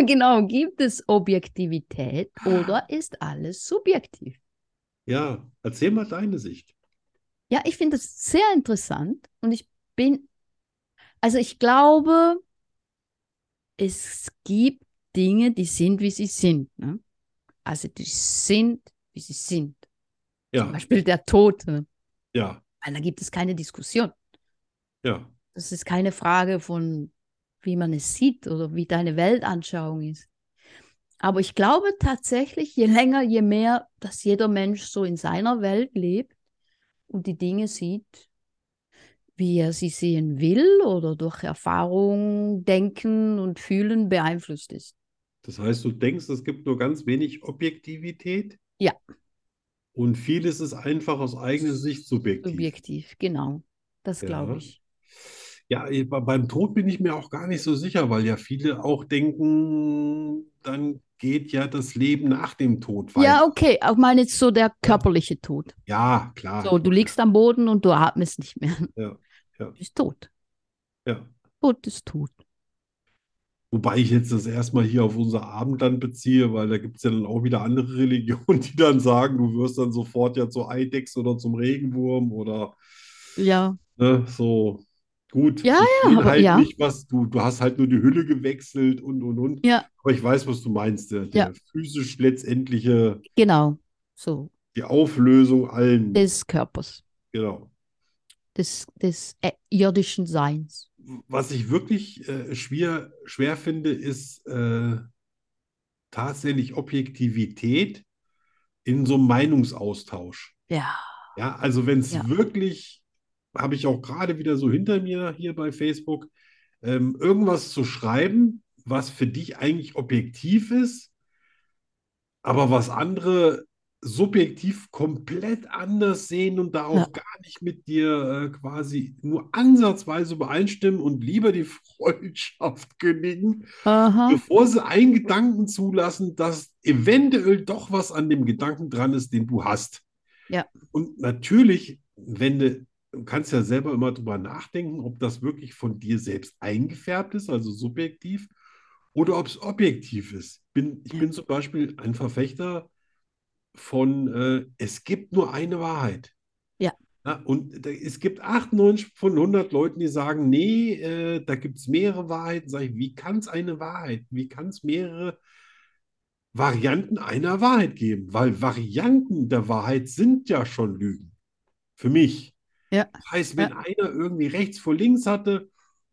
Speaker 2: genau, gibt es Objektivität oder ist alles subjektiv?
Speaker 1: Ja, erzähl mal deine Sicht.
Speaker 2: Ja, ich finde das sehr interessant und ich bin, also ich glaube, es gibt Dinge, die sind, wie sie sind. Ne? Also die sind, wie sie sind. Zum
Speaker 1: Ja,
Speaker 2: Beispiel der Tote,
Speaker 1: ja,
Speaker 2: weil da gibt es keine Diskussion.
Speaker 1: ja.
Speaker 2: Das ist keine Frage von, wie man es sieht oder wie deine Weltanschauung ist. Aber ich glaube tatsächlich, je länger, je mehr, dass jeder Mensch so in seiner Welt lebt und die Dinge sieht, wie er sie sehen will oder durch Erfahrung, Denken und Fühlen beeinflusst ist.
Speaker 1: Das heißt, du denkst, es gibt nur ganz wenig Objektivität?
Speaker 2: Ja.
Speaker 1: Und vieles ist einfach aus eigener Sicht subjektiv.
Speaker 2: Subjektiv, genau. Das
Speaker 1: Ja.
Speaker 2: glaube ich.
Speaker 1: Ja, eh, be- beim Tod bin ich mir auch gar nicht so sicher, weil ja viele auch denken, dann geht ja das Leben nach dem Tod
Speaker 2: Ja,
Speaker 1: weiter.
Speaker 2: okay. Ich meine jetzt so der körperliche Tod.
Speaker 1: Ja, klar.
Speaker 2: So, du liegst am Boden und du atmest nicht mehr.
Speaker 1: Ja, ja.
Speaker 2: Du bist tot.
Speaker 1: Ja.
Speaker 2: Tod ist tot.
Speaker 1: Wobei ich jetzt das erstmal hier auf unser Abendland beziehe, weil da gibt es ja dann auch wieder andere Religionen, die dann sagen, du wirst dann sofort ja zur Eidechse oder zum Regenwurm oder
Speaker 2: Ja,
Speaker 1: ne, so. Gut,
Speaker 2: Ja,
Speaker 1: ich bin
Speaker 2: aber-
Speaker 1: halt
Speaker 2: ja.
Speaker 1: nicht, was du, du hast halt nur die Hülle gewechselt und und und.
Speaker 2: Ja.
Speaker 1: Aber ich weiß, was du meinst. Der,
Speaker 2: Ja.
Speaker 1: der physisch letztendliche,
Speaker 2: Genau, so
Speaker 1: die Auflösung allen.
Speaker 2: des Körpers,
Speaker 1: Genau.
Speaker 2: des, des äh, irdischen Seins.
Speaker 1: Was ich wirklich äh, schwer, schwer finde, ist äh, tatsächlich Objektivität in so einem Meinungsaustausch.
Speaker 2: Ja,
Speaker 1: Ja, also wenn es
Speaker 2: Ja.
Speaker 1: wirklich, habe ich auch gerade wieder so hinter mir hier bei Facebook, ähm, irgendwas zu schreiben, was für dich eigentlich objektiv ist, aber was andere subjektiv komplett anders sehen und da auch
Speaker 2: Ja.
Speaker 1: gar nicht mit dir äh, quasi nur ansatzweise übereinstimmen und lieber die Freundschaft kündigen,
Speaker 2: aha,
Speaker 1: bevor sie einen Gedanken zulassen, dass eventuell doch was an dem Gedanken dran ist, den du hast.
Speaker 2: Ja.
Speaker 1: Und natürlich, wenn du, du kannst ja selber immer drüber nachdenken, ob das wirklich von dir selbst eingefärbt ist, also subjektiv, oder ob es objektiv ist. Bin, ich
Speaker 2: Ja.
Speaker 1: bin zum Beispiel ein Verfechter von, äh, es gibt nur eine Wahrheit.
Speaker 2: Ja.
Speaker 1: Na, und da, es gibt 98 von 100 Leuten, die sagen, nee, äh, da gibt es mehrere Wahrheiten. Sag ich, wie kann es eine Wahrheit, wie kann es mehrere Varianten einer Wahrheit geben? Weil Varianten der Wahrheit sind ja schon Lügen. Für mich.
Speaker 2: Ja.
Speaker 1: Das heißt, wenn einer irgendwie rechts vor links hatte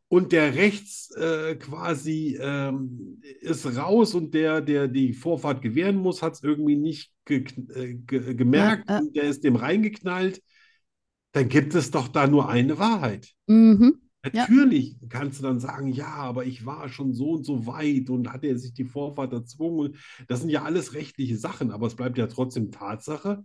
Speaker 1: und der rechts äh, quasi ähm, ist raus und der, der die Vorfahrt gewähren muss, hat es irgendwie nicht ge äh, ge gemerkt
Speaker 2: Ja, ja.
Speaker 1: und der ist dem reingeknallt, dann gibt es doch da nur eine Wahrheit.
Speaker 2: mhm, Ja.
Speaker 1: Natürlich kannst du dann sagen, ja, aber ich war schon so und so weit und hat er sich die Vorfahrt erzwungen. Und Das sind ja alles rechtliche Sachen, aber es bleibt ja trotzdem Tatsache,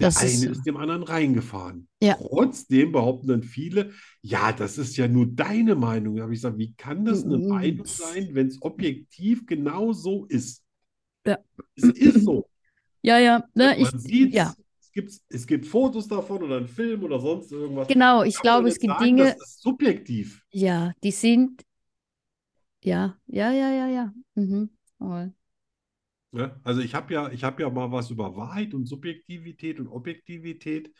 Speaker 1: der
Speaker 2: Das
Speaker 1: eine
Speaker 2: ist so.
Speaker 1: ist dem anderen reingefahren.
Speaker 2: Ja.
Speaker 1: Trotzdem behaupten dann viele, ja, das ist ja nur deine Meinung. Da habe ich gesagt, wie kann das eine
Speaker 2: Mm.
Speaker 1: Meinung sein, wenn es objektiv genau so ist?
Speaker 2: Ja.
Speaker 1: Es ist so.
Speaker 2: ja, ja, ne, ich,
Speaker 1: Man sieht
Speaker 2: ja,
Speaker 1: es, gibt, es gibt Fotos davon oder einen Film oder sonst irgendwas.
Speaker 2: genau,
Speaker 1: Kann
Speaker 2: ich
Speaker 1: man
Speaker 2: glaube,
Speaker 1: nicht
Speaker 2: es gibt
Speaker 1: sagen,
Speaker 2: Dinge,
Speaker 1: das ist subjektiv.
Speaker 2: ja, die sind, ja, ja, ja, ja, ja, mhm, voll.
Speaker 1: Ne? Also ich habe ja, ich habe ja mal was über Wahrheit und Subjektivität und Objektivität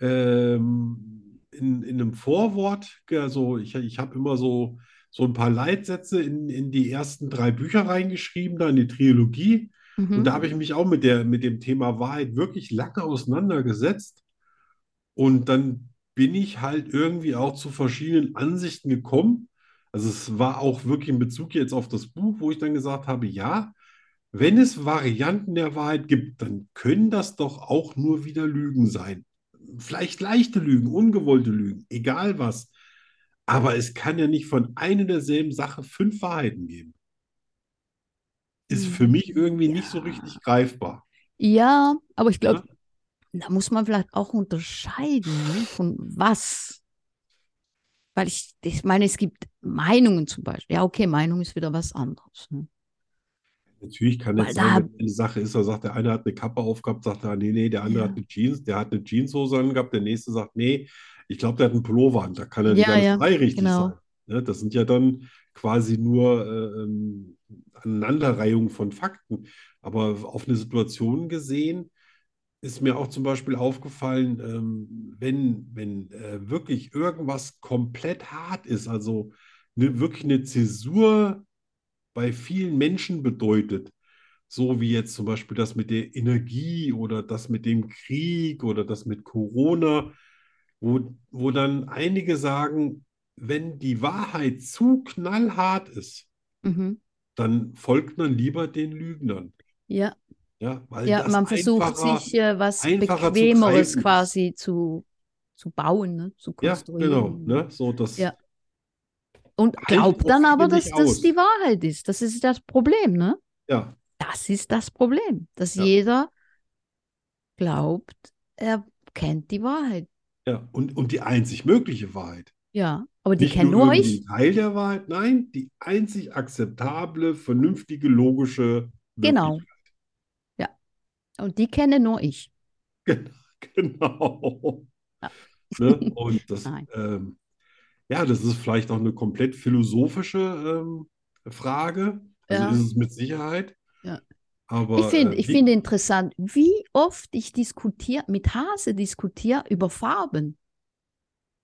Speaker 1: ähm, in, in einem Vorwort, also ich, ich habe immer so, so ein paar Leitsätze in, in die ersten drei Bücher reingeschrieben, da in die Trilogie. Und
Speaker 2: Mhm.
Speaker 1: da habe ich mich auch mit der, mit dem Thema Wahrheit wirklich lange auseinandergesetzt. Und dann bin ich halt irgendwie auch zu verschiedenen Ansichten gekommen. Also es war auch wirklich in Bezug jetzt auf das Buch, wo ich dann gesagt habe, ja, wenn es Varianten der Wahrheit gibt, dann können das doch auch nur wieder Lügen sein. Vielleicht leichte Lügen, ungewollte Lügen, egal was. Aber es kann ja nicht von einer derselben Sache fünf Wahrheiten geben. Ist für mich irgendwie nicht so richtig greifbar.
Speaker 2: Ja, aber ich
Speaker 1: glaube,
Speaker 2: glaube, da muss man vielleicht auch unterscheiden, ne, von was. Weil ich, ich meine, es gibt Meinungen zum Beispiel. Ja, okay, Meinung ist wieder was anderes. Ne?
Speaker 1: Natürlich kann
Speaker 2: Weil
Speaker 1: jetzt
Speaker 2: da-
Speaker 1: sein, wenn eine Sache ist, da sagt der eine hat eine Kappe aufgehabt, sagt er, nee, nee, der andere
Speaker 2: Ja.
Speaker 1: hat eine Jeans, der hat eine Jeanshose angehabt, der nächste sagt, nee, ich glaube, der hat einen Pullover an, da kann ja nicht
Speaker 2: Ja,
Speaker 1: alle
Speaker 2: ja,
Speaker 1: drei richtig
Speaker 2: genau.
Speaker 1: sein. Ne? Das sind ja dann quasi nur äh, ähm, Aneinanderreihung von Fakten. Aber auf eine Situation gesehen ist mir auch zum Beispiel aufgefallen, ähm, wenn, wenn äh, wirklich irgendwas komplett hart ist, also ne, wirklich eine Zäsur bei vielen Menschen bedeutet, so wie jetzt zum Beispiel das mit der Energie oder das mit dem Krieg oder das mit Corona, wo, wo dann einige sagen, wenn die Wahrheit zu knallhart ist,
Speaker 2: Mhm.
Speaker 1: dann folgt man lieber den Lügnern.
Speaker 2: Ja,
Speaker 1: Ja, weil
Speaker 2: ja,
Speaker 1: das
Speaker 2: man versucht
Speaker 1: einfacher-
Speaker 2: sich äh, was
Speaker 1: einfacher zu
Speaker 2: Bequemeres
Speaker 1: greifen ist.
Speaker 2: quasi zu, zu bauen, ne? zu
Speaker 1: Ja, genau,
Speaker 2: konstruieren.
Speaker 1: ne? So, das,
Speaker 2: Ja. Und
Speaker 1: Halten
Speaker 2: glaubt
Speaker 1: auch
Speaker 2: dann
Speaker 1: viele
Speaker 2: aber, dass
Speaker 1: nicht
Speaker 2: das
Speaker 1: aus.
Speaker 2: die Wahrheit ist. Das ist das Problem, ne?
Speaker 1: ja,
Speaker 2: Das ist das Problem, dass
Speaker 1: Ja.
Speaker 2: jeder glaubt, er kennt die Wahrheit.
Speaker 1: ja. Und, und die einzig mögliche Wahrheit.
Speaker 2: Ja, aber die
Speaker 1: Nicht
Speaker 2: kennen
Speaker 1: nur
Speaker 2: nur
Speaker 1: irgendwie
Speaker 2: euch.
Speaker 1: ein Teil der Wahrheit, nein, die einzig akzeptable, vernünftige, logische
Speaker 2: Genau.
Speaker 1: Möglichkeit.
Speaker 2: Und die kennen nur ich.
Speaker 1: Genau.
Speaker 2: Ja.
Speaker 1: Ne? Und das,
Speaker 2: Nein.
Speaker 1: ähm, ja, das ist vielleicht auch eine komplett philosophische ähm, Frage. Also
Speaker 2: Ja.
Speaker 1: ist es mit Sicherheit.
Speaker 2: Ja.
Speaker 1: Aber
Speaker 2: Ich finde,
Speaker 1: äh,
Speaker 2: ich
Speaker 1: wie-
Speaker 2: finde interessant, wie oft ich diskutiere, mit Hase diskutiere über Farben.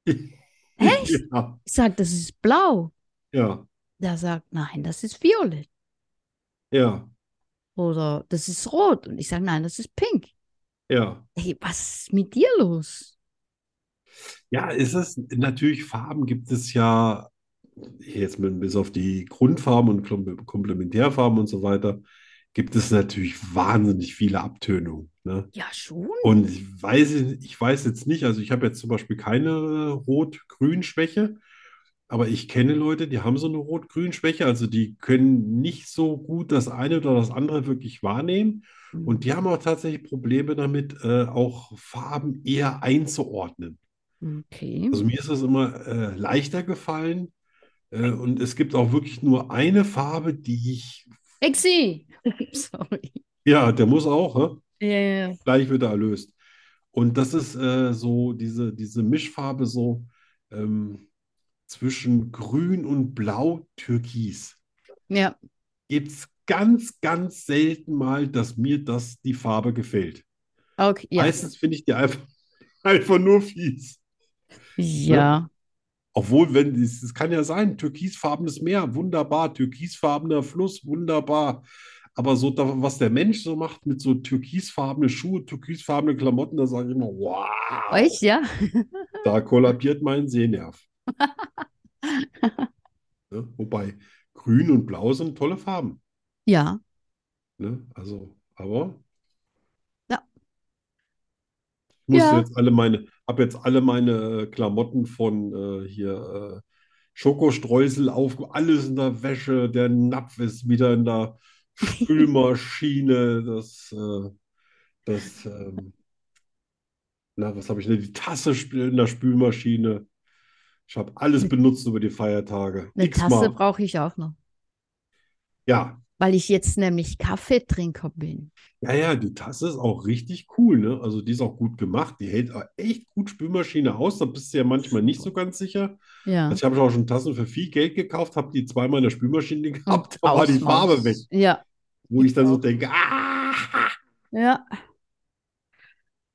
Speaker 2: Echt?
Speaker 1: Ja,
Speaker 2: Ich sage, das ist blau.
Speaker 1: ja,
Speaker 2: Der sagt, nein, das ist violett.
Speaker 1: ja,
Speaker 2: Oder das ist rot. Und ich sage, nein, das ist pink.
Speaker 1: ja.
Speaker 2: Ey, was ist mit dir los?
Speaker 1: Ja, es ist natürlich, Farben gibt es ja jetzt mit, bis auf die Grundfarben und Klum- Komplementärfarben und so weiter, gibt es natürlich wahnsinnig viele Abtönungen. Ne?
Speaker 2: Ja, schon.
Speaker 1: Und ich weiß, ich weiß jetzt nicht, also ich habe jetzt zum Beispiel keine äh, Rot-Grün-Schwäche, aber ich kenne Leute, die haben so eine Rot-Grün-Schwäche, also die können nicht so gut das eine oder das andere wirklich wahrnehmen. Und die haben auch tatsächlich Probleme damit, äh, auch Farben eher einzuordnen.
Speaker 2: Okay.
Speaker 1: Also mir ist es immer äh, leichter gefallen. Äh, und es gibt auch wirklich nur eine Farbe, die ich.
Speaker 2: Exi! Sorry.
Speaker 1: Ja, der muss auch, ne? hä?
Speaker 2: Ja, ja, ja.
Speaker 1: Gleich wird er erlöst. Und das ist äh, so diese, diese Mischfarbe so ähm, zwischen Grün und Blau, Türkis.
Speaker 2: Ja,
Speaker 1: Gibt es ganz, ganz selten mal, dass mir das die Farbe gefällt.
Speaker 2: okay. Ja.
Speaker 1: Meistens finde ich die einfach, einfach nur fies.
Speaker 2: ja.
Speaker 1: Obwohl, wenn es, es kann ja sein, türkisfarbenes Meer, wunderbar, türkisfarbener Fluss, wunderbar. Aber so, da, was der Mensch so macht mit so türkisfarbene Schuhe, türkisfarbene Klamotten, da sage ich immer, wow,
Speaker 2: Euch, ja?
Speaker 1: da kollabiert mein Sehnerv. Ne? Wobei, grün und blau sind tolle Farben.
Speaker 2: Ja.
Speaker 1: Ne? Also, aber.
Speaker 2: Ja.
Speaker 1: Ich muss
Speaker 2: Ja.
Speaker 1: jetzt alle meine, habe jetzt alle meine äh, Klamotten von äh, hier äh, Schokostreusel auf, alles in der Wäsche, der Napf ist wieder in der Spülmaschine, das, äh, das, ähm, na, was habe ich denn? Die Tasse spül- in der Spülmaschine. Ich habe alles benutzt über die Feiertage.
Speaker 2: Eine Tasse
Speaker 1: X-mal.
Speaker 2: brauche ich auch noch.
Speaker 1: Ja.
Speaker 2: Weil ich jetzt nämlich Kaffeetrinker bin.
Speaker 1: Ja, ja, die Tasse ist auch richtig cool, ne? Also die ist auch gut gemacht. Die hält auch echt gut Spülmaschine aus. Da bist du ja manchmal nicht so ganz sicher.
Speaker 2: Ja.
Speaker 1: Also ich habe auch schon Tassen für viel Geld gekauft, habe die zweimal in der Spülmaschine gehabt, da war die
Speaker 2: Aus-
Speaker 1: Farbe
Speaker 2: aus-
Speaker 1: weg,
Speaker 2: Ja.
Speaker 1: wo ich dann so
Speaker 2: Auch.
Speaker 1: denke, ah!
Speaker 2: Ja.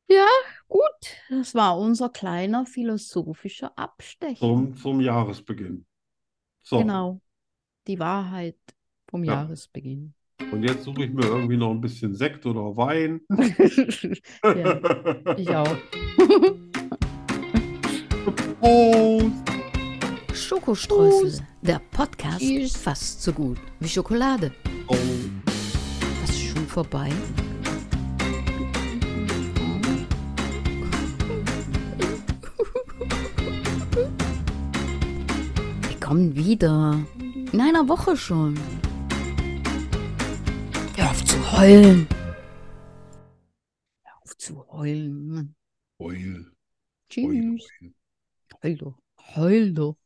Speaker 2: Ja, gut.
Speaker 3: Das war unser kleiner philosophischer Abstecher.
Speaker 1: Zum, zum Jahresbeginn. So,
Speaker 3: Genau. Die Wahrheit vom
Speaker 1: Ja.
Speaker 3: Jahresbeginn.
Speaker 1: und jetzt suche ich mir irgendwie noch ein bisschen Sekt oder Wein.
Speaker 3: ja, ich auch.
Speaker 1: Prost!
Speaker 3: Schokostreusel, der Podcast
Speaker 2: Tschüss.
Speaker 3: fast so gut wie Schokolade.
Speaker 1: Oh,
Speaker 3: Was ist schon vorbei? Wir kommen wieder. In einer Woche schon. Hör auf zu heulen. Hör auf zu heulen. Mann.
Speaker 1: Heul.
Speaker 3: Tschüss. Heul doch. Heul doch.